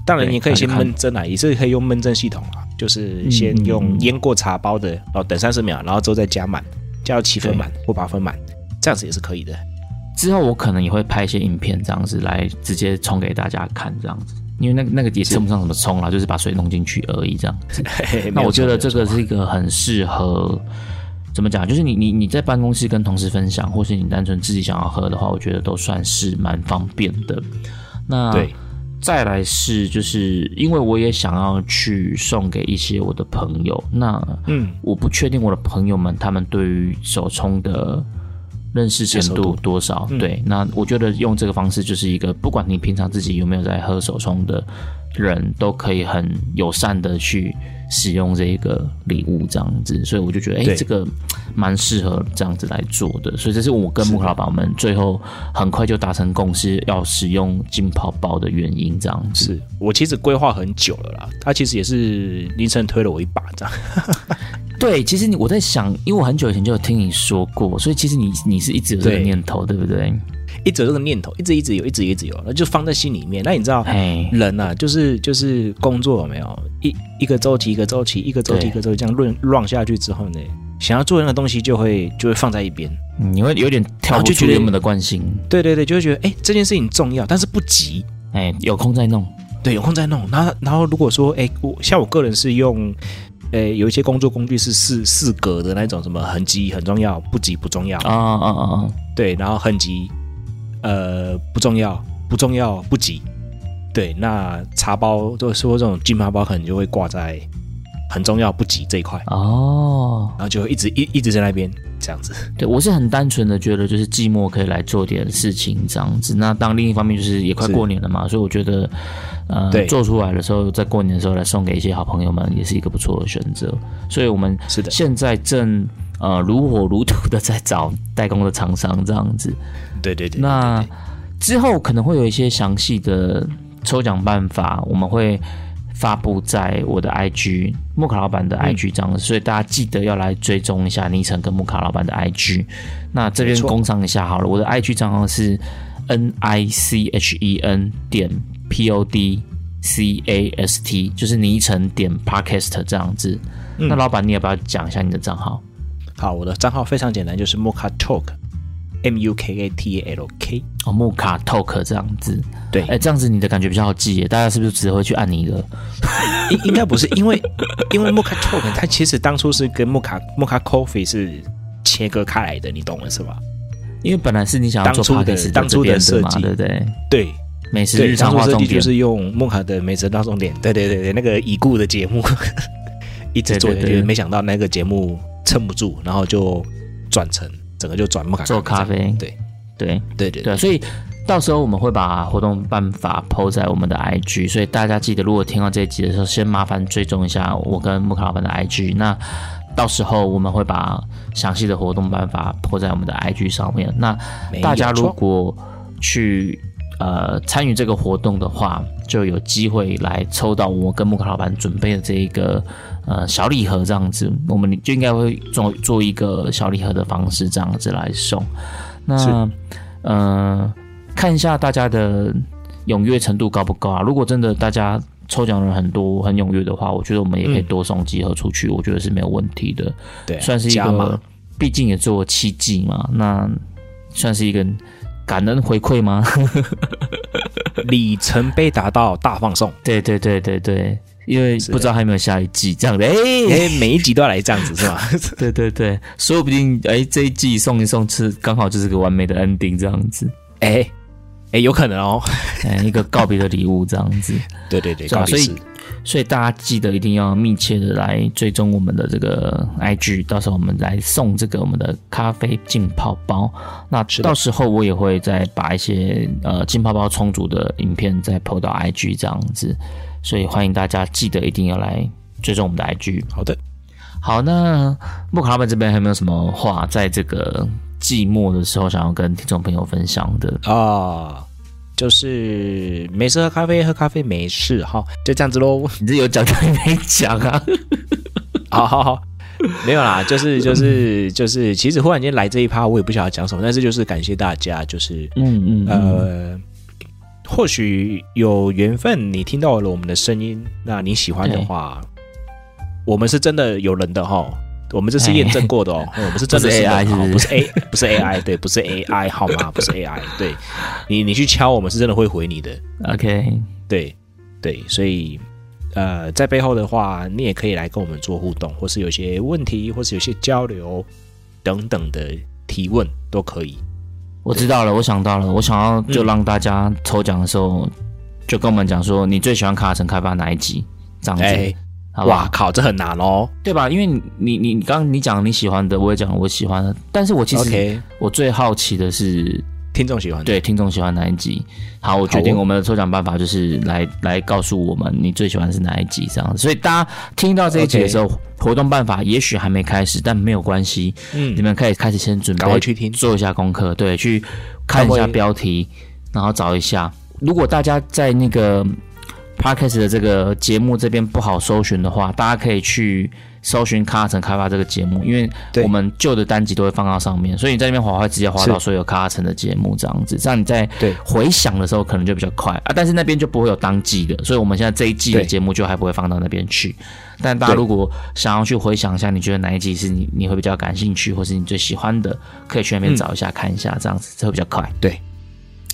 [SPEAKER 3] 当然，
[SPEAKER 2] 对
[SPEAKER 3] 你可以先
[SPEAKER 2] 看看
[SPEAKER 3] 焖蒸啊，也是可以用焖蒸系统啊，就是先
[SPEAKER 2] 嗯
[SPEAKER 3] 用腌过茶包的，然后等三十秒，然后之后再加满，加到七分满或八分满，这样子也是可以的。
[SPEAKER 2] 之后我可能也会拍一些影片这样子来直接冲给大家看这样子，因为那个那个也称不上什么冲啦，就是把水弄进去而已这样子。
[SPEAKER 3] 嘿嘿
[SPEAKER 2] 那我觉得这，
[SPEAKER 3] 没有错没有
[SPEAKER 2] 个是一个很适合。怎么讲？就是你你你在办公室跟同事分享，或是你单纯自己想要喝的话，我觉得都算是蛮方便的。那
[SPEAKER 3] 错对，
[SPEAKER 2] 再来是，就是因为我也想要去送给一些我的朋友，那
[SPEAKER 3] 嗯，
[SPEAKER 2] 我不确定我的朋友们他们对于手冲的认识程
[SPEAKER 3] 接受嗯
[SPEAKER 2] 度多少。对，那我觉得用这个方式就是一个，不管你平常自己有没有在喝手冲的人，都可以很友善的去使用这个礼物这样子。所以我就觉得，哎、
[SPEAKER 3] 对
[SPEAKER 2] 这个蛮适合这样子来做的。所以这是我跟木克老板我们最后很快就达成共识，要使用浸泡包的原因这样子。
[SPEAKER 3] 是我其实规划很久了啦，他其实也是凌晨推了我一把这样。
[SPEAKER 2] 对，其实你我在想，因为我很久以前就有听你说过，所以其实你你是一直有这个
[SPEAKER 3] 对
[SPEAKER 2] 念头，对不对？
[SPEAKER 3] 一直有这个念头，一直一直有，一直一直有，那就放在心里面。那你知道
[SPEAKER 2] 嘿，
[SPEAKER 3] 人啊，就是就是工作有没有一一个周期一个周期一个周期
[SPEAKER 2] 对
[SPEAKER 3] 一个周期这样乱乱下去之后呢，想要做那个东西就会就会放在一边。
[SPEAKER 2] 嗯你会有点跳
[SPEAKER 3] 然后
[SPEAKER 2] 不
[SPEAKER 3] 就
[SPEAKER 2] 出
[SPEAKER 3] 觉得
[SPEAKER 2] 原本的惯性，
[SPEAKER 3] 对对对，就会觉得哎这件事情重要，但是不急，
[SPEAKER 2] 哎，有空再弄。
[SPEAKER 3] 对，有空再弄。然后然后如果说哎我像我个人是用。呃，有一些工作工具是四四格的那种，什么很急很重要，不急不重要。
[SPEAKER 2] 啊啊啊啊！
[SPEAKER 3] 对，然后很急，呃，不重要，不重要，不急。对，那茶包就说这种金泡包可能就会挂在很重要不急这一块，
[SPEAKER 2] 哦，
[SPEAKER 3] 然后就一直一一直在那边这样子。
[SPEAKER 2] 对我是很单纯的觉得，就是寂寞可以来做点事情这样子。那当另一方面就是也快
[SPEAKER 3] 是
[SPEAKER 2] 过年了嘛，所以我觉得，呃
[SPEAKER 3] 对，
[SPEAKER 2] 做出来的时候，在过年的时候来送给一些好朋友们，也是一个不错的选择。所以我们
[SPEAKER 3] 是的
[SPEAKER 2] 现在正呃如火如荼的在找代工的厂商这样子。
[SPEAKER 3] 对对对，
[SPEAKER 2] 那之后可能会有一些详细的抽奖办法，我们会发布在我的 IG 木卡老板
[SPEAKER 3] 嗯
[SPEAKER 2] 的 IG 这样子，所以大家记得要来追踪一下昵称跟木卡老板的 IG。那这边
[SPEAKER 3] 没错
[SPEAKER 2] 工商一下好了，我的 IG 账号是 N I C H E N 点 P O D。C A S T 就是昵称点 Podcast 这样子，
[SPEAKER 3] 嗯
[SPEAKER 2] 那老板你要不要讲一下你的账号？
[SPEAKER 3] 好，我的账号非常简单，就是 Mocha Talk，M U K A T A L K。
[SPEAKER 2] 哦，木卡 Talk 这样子，
[SPEAKER 3] 对
[SPEAKER 2] 哎、这样子你的感觉比较好记耶，大家是不是只会去按你的？
[SPEAKER 3] 应应该不是，因为 因为 Mocha Talk 它其实当初是跟 Mocha Mocha Coffee 是切割开来的，你懂了是吧？
[SPEAKER 2] 因为本来是你想要做
[SPEAKER 3] 当初的
[SPEAKER 2] podcast
[SPEAKER 3] 当初
[SPEAKER 2] 这
[SPEAKER 3] 的
[SPEAKER 2] 边
[SPEAKER 3] 设
[SPEAKER 2] 嘛，
[SPEAKER 3] 计
[SPEAKER 2] 对不对？
[SPEAKER 3] 对，
[SPEAKER 2] 美食
[SPEAKER 3] 对，
[SPEAKER 2] 日常
[SPEAKER 3] 当初
[SPEAKER 2] 化
[SPEAKER 3] 设
[SPEAKER 2] 重
[SPEAKER 3] 计就
[SPEAKER 2] 点，
[SPEAKER 3] 是用梦卡的美食当重点，对对对对，那个已故的节目 一直做，
[SPEAKER 2] 对对对
[SPEAKER 3] 就没想到那个节目撑不住，然后就转成整个就转梦卡
[SPEAKER 2] 做咖，啡，
[SPEAKER 3] 对
[SPEAKER 2] 对
[SPEAKER 3] 对对
[SPEAKER 2] 对啊，所以到时候我们会把活动办法 PO 在我们的 IG，所以大家记得，如果听到这一集的时候，先麻烦追踪一下我跟木卡老板的 IG。那到时候我们会把详细的活动办法 PO 在我们的 IG 上面。那
[SPEAKER 3] 没有
[SPEAKER 2] 大家如
[SPEAKER 3] 错
[SPEAKER 2] 果去呃参与这个活动的话，就有机会来抽到我跟木卡老板准备的这一个呃小礼盒这样子，我们就应该会做做一个小礼盒的方式这样子来送。那
[SPEAKER 3] 是
[SPEAKER 2] 呃，看一下大家的踊跃程度高不高啊？如果真的大家抽奖人很多、很踊跃的话，我觉得我们也可以多送几盒出去，我觉得是没有问题的。
[SPEAKER 3] 嗯对，
[SPEAKER 2] 算是一
[SPEAKER 3] 加码
[SPEAKER 2] 个，毕竟也做七季嘛，那算是一个感恩回馈吗？
[SPEAKER 3] 里程碑达到大放送，
[SPEAKER 2] 对对对对对，因为不知道还有没有下一季 这样的，哎、
[SPEAKER 3] 因为每一集都要来这样子是吧？
[SPEAKER 2] 对对对，说不定哎、这一季送一送是刚好就是个完美的 ending 这样子。
[SPEAKER 3] 哎哎、哎，有可能哦。
[SPEAKER 2] 哎，一个告别的礼物这样子。
[SPEAKER 3] 对对对，
[SPEAKER 2] 是啊
[SPEAKER 3] 告别
[SPEAKER 2] 所以
[SPEAKER 3] 式
[SPEAKER 2] 所以大家记得一定要密切的来追踪我们的这个 IG，到时候我们来送这个我们的咖啡浸泡包。那到时候我也会再把一些呃浸泡包充足的影片再 PO 到 IG 这样子，所以欢迎大家记得一定要来追踪我们的 IG。
[SPEAKER 3] 好的，
[SPEAKER 2] 好，那莫卡老板这边还有没有什么话在这个寂寞的时候想要跟听众朋友分享的？
[SPEAKER 3] 啊，就是没事喝咖啡，喝咖啡没事哈，就这样子喽。
[SPEAKER 2] 你这有讲但没讲啊？
[SPEAKER 3] 好好好，没有啦，就 是就是就是，其实忽然间来这一趴，我也不晓得讲什么，但是就是感谢大家，就是
[SPEAKER 2] 嗯嗯，呃，
[SPEAKER 3] 呃，或许有缘分，你听到了我们的声音，那你喜欢的话，我们是真的有人的哈。我们这是验证过的哦，我们是真的
[SPEAKER 2] 不是
[SPEAKER 3] 人
[SPEAKER 2] AI
[SPEAKER 3] 好
[SPEAKER 2] 是
[SPEAKER 3] 不
[SPEAKER 2] 不
[SPEAKER 3] 是 A，不是 AI，对，不是 AI 好吗？不是 AI，对，你你去敲，我们是真的会回你的。
[SPEAKER 2] OK，
[SPEAKER 3] 对对，所以呃，在背后的话，你也可以来跟我们做互动，或是有些问题，或是有些交流等等的提问都可以。
[SPEAKER 2] 我知道了，我想到了，我想要
[SPEAKER 3] 嗯
[SPEAKER 2] 就让大家抽奖的时候，就跟我们讲说你最喜欢卡城开发哪一集，这样子，
[SPEAKER 3] 哎
[SPEAKER 2] 好不
[SPEAKER 3] 哇
[SPEAKER 2] 好？
[SPEAKER 3] 靠，这很难哦。
[SPEAKER 2] 对吧？因为你你你你刚刚你讲你喜欢的，我也讲我喜欢的，但是我其实
[SPEAKER 3] OK，
[SPEAKER 2] 我最好奇的是，
[SPEAKER 3] 听众喜欢的
[SPEAKER 2] 对听众喜欢哪一集？好，我决定
[SPEAKER 3] 好哦
[SPEAKER 2] 我们的抽奖办法就是来来告诉我们你最喜欢是哪一集这样子。所以大家听到这一集的时候活动办法也许还没开始，但没有关系，你
[SPEAKER 3] 嗯，
[SPEAKER 2] 们可以开始先准
[SPEAKER 3] 赶快
[SPEAKER 2] 备
[SPEAKER 3] 去听
[SPEAKER 2] 做一下功课，对，去看一
[SPEAKER 3] 赶
[SPEAKER 2] 下
[SPEAKER 3] 快
[SPEAKER 2] 标题，然后找一下。如果大家在那个 podcast 的这个节目这边不好搜寻的话，大家可以去搜寻卡卡城开发这个节目，因为
[SPEAKER 3] 对
[SPEAKER 2] 我们旧的单集都会放到上面，所以你在那边滑会直接滑到
[SPEAKER 3] 是
[SPEAKER 2] 所有卡卡城的节目这样子，这样你在
[SPEAKER 3] 对
[SPEAKER 2] 回想的时候可能就比较快啊，但是那边就不会有当季的，所以我们现在这一季的
[SPEAKER 3] 对
[SPEAKER 2] 节目就还不会放到那边去。但大家
[SPEAKER 3] 对
[SPEAKER 2] 如果想要去回想一下，你觉得哪一集是你你会比较感兴趣，或是你最喜欢的，可以去那边
[SPEAKER 3] 嗯
[SPEAKER 2] 找一下、看一下，这样子这会比较快。
[SPEAKER 3] 对，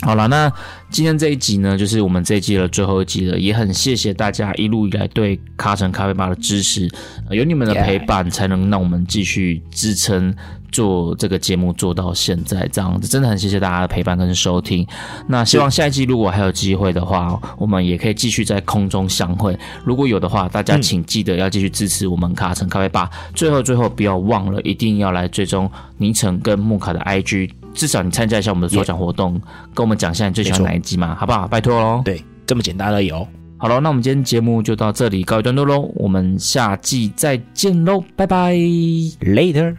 [SPEAKER 2] 好了，那今天这一集呢，就是我们这一季的最后一集了，也很谢谢大家一路以来对卡城咖啡吧的支持，呃有你们的
[SPEAKER 3] Yeah
[SPEAKER 2] 陪伴，才能让我们继续支撑做这个节目做到现在这样子，真的很谢谢大家的陪伴跟收听。那希望下一季如果还有机会的话，我们也可以继续在空中相会。如果有的话，
[SPEAKER 3] 嗯
[SPEAKER 2] 大家请记得要继续支持我们卡城咖啡吧。最后最后不要忘了，一定要来追踪尼城跟木卡的 IG，至少你参加一下我们的抽奖活动，跟我们讲一下你最喜欢
[SPEAKER 3] 没错
[SPEAKER 2] 哪一集嘛，好不好？拜托喽。
[SPEAKER 3] 对，这么简单而已哦。
[SPEAKER 2] 好了，那我们今天节目就到这里告一段落喽，我们下季再见喽，拜拜。
[SPEAKER 3] Later。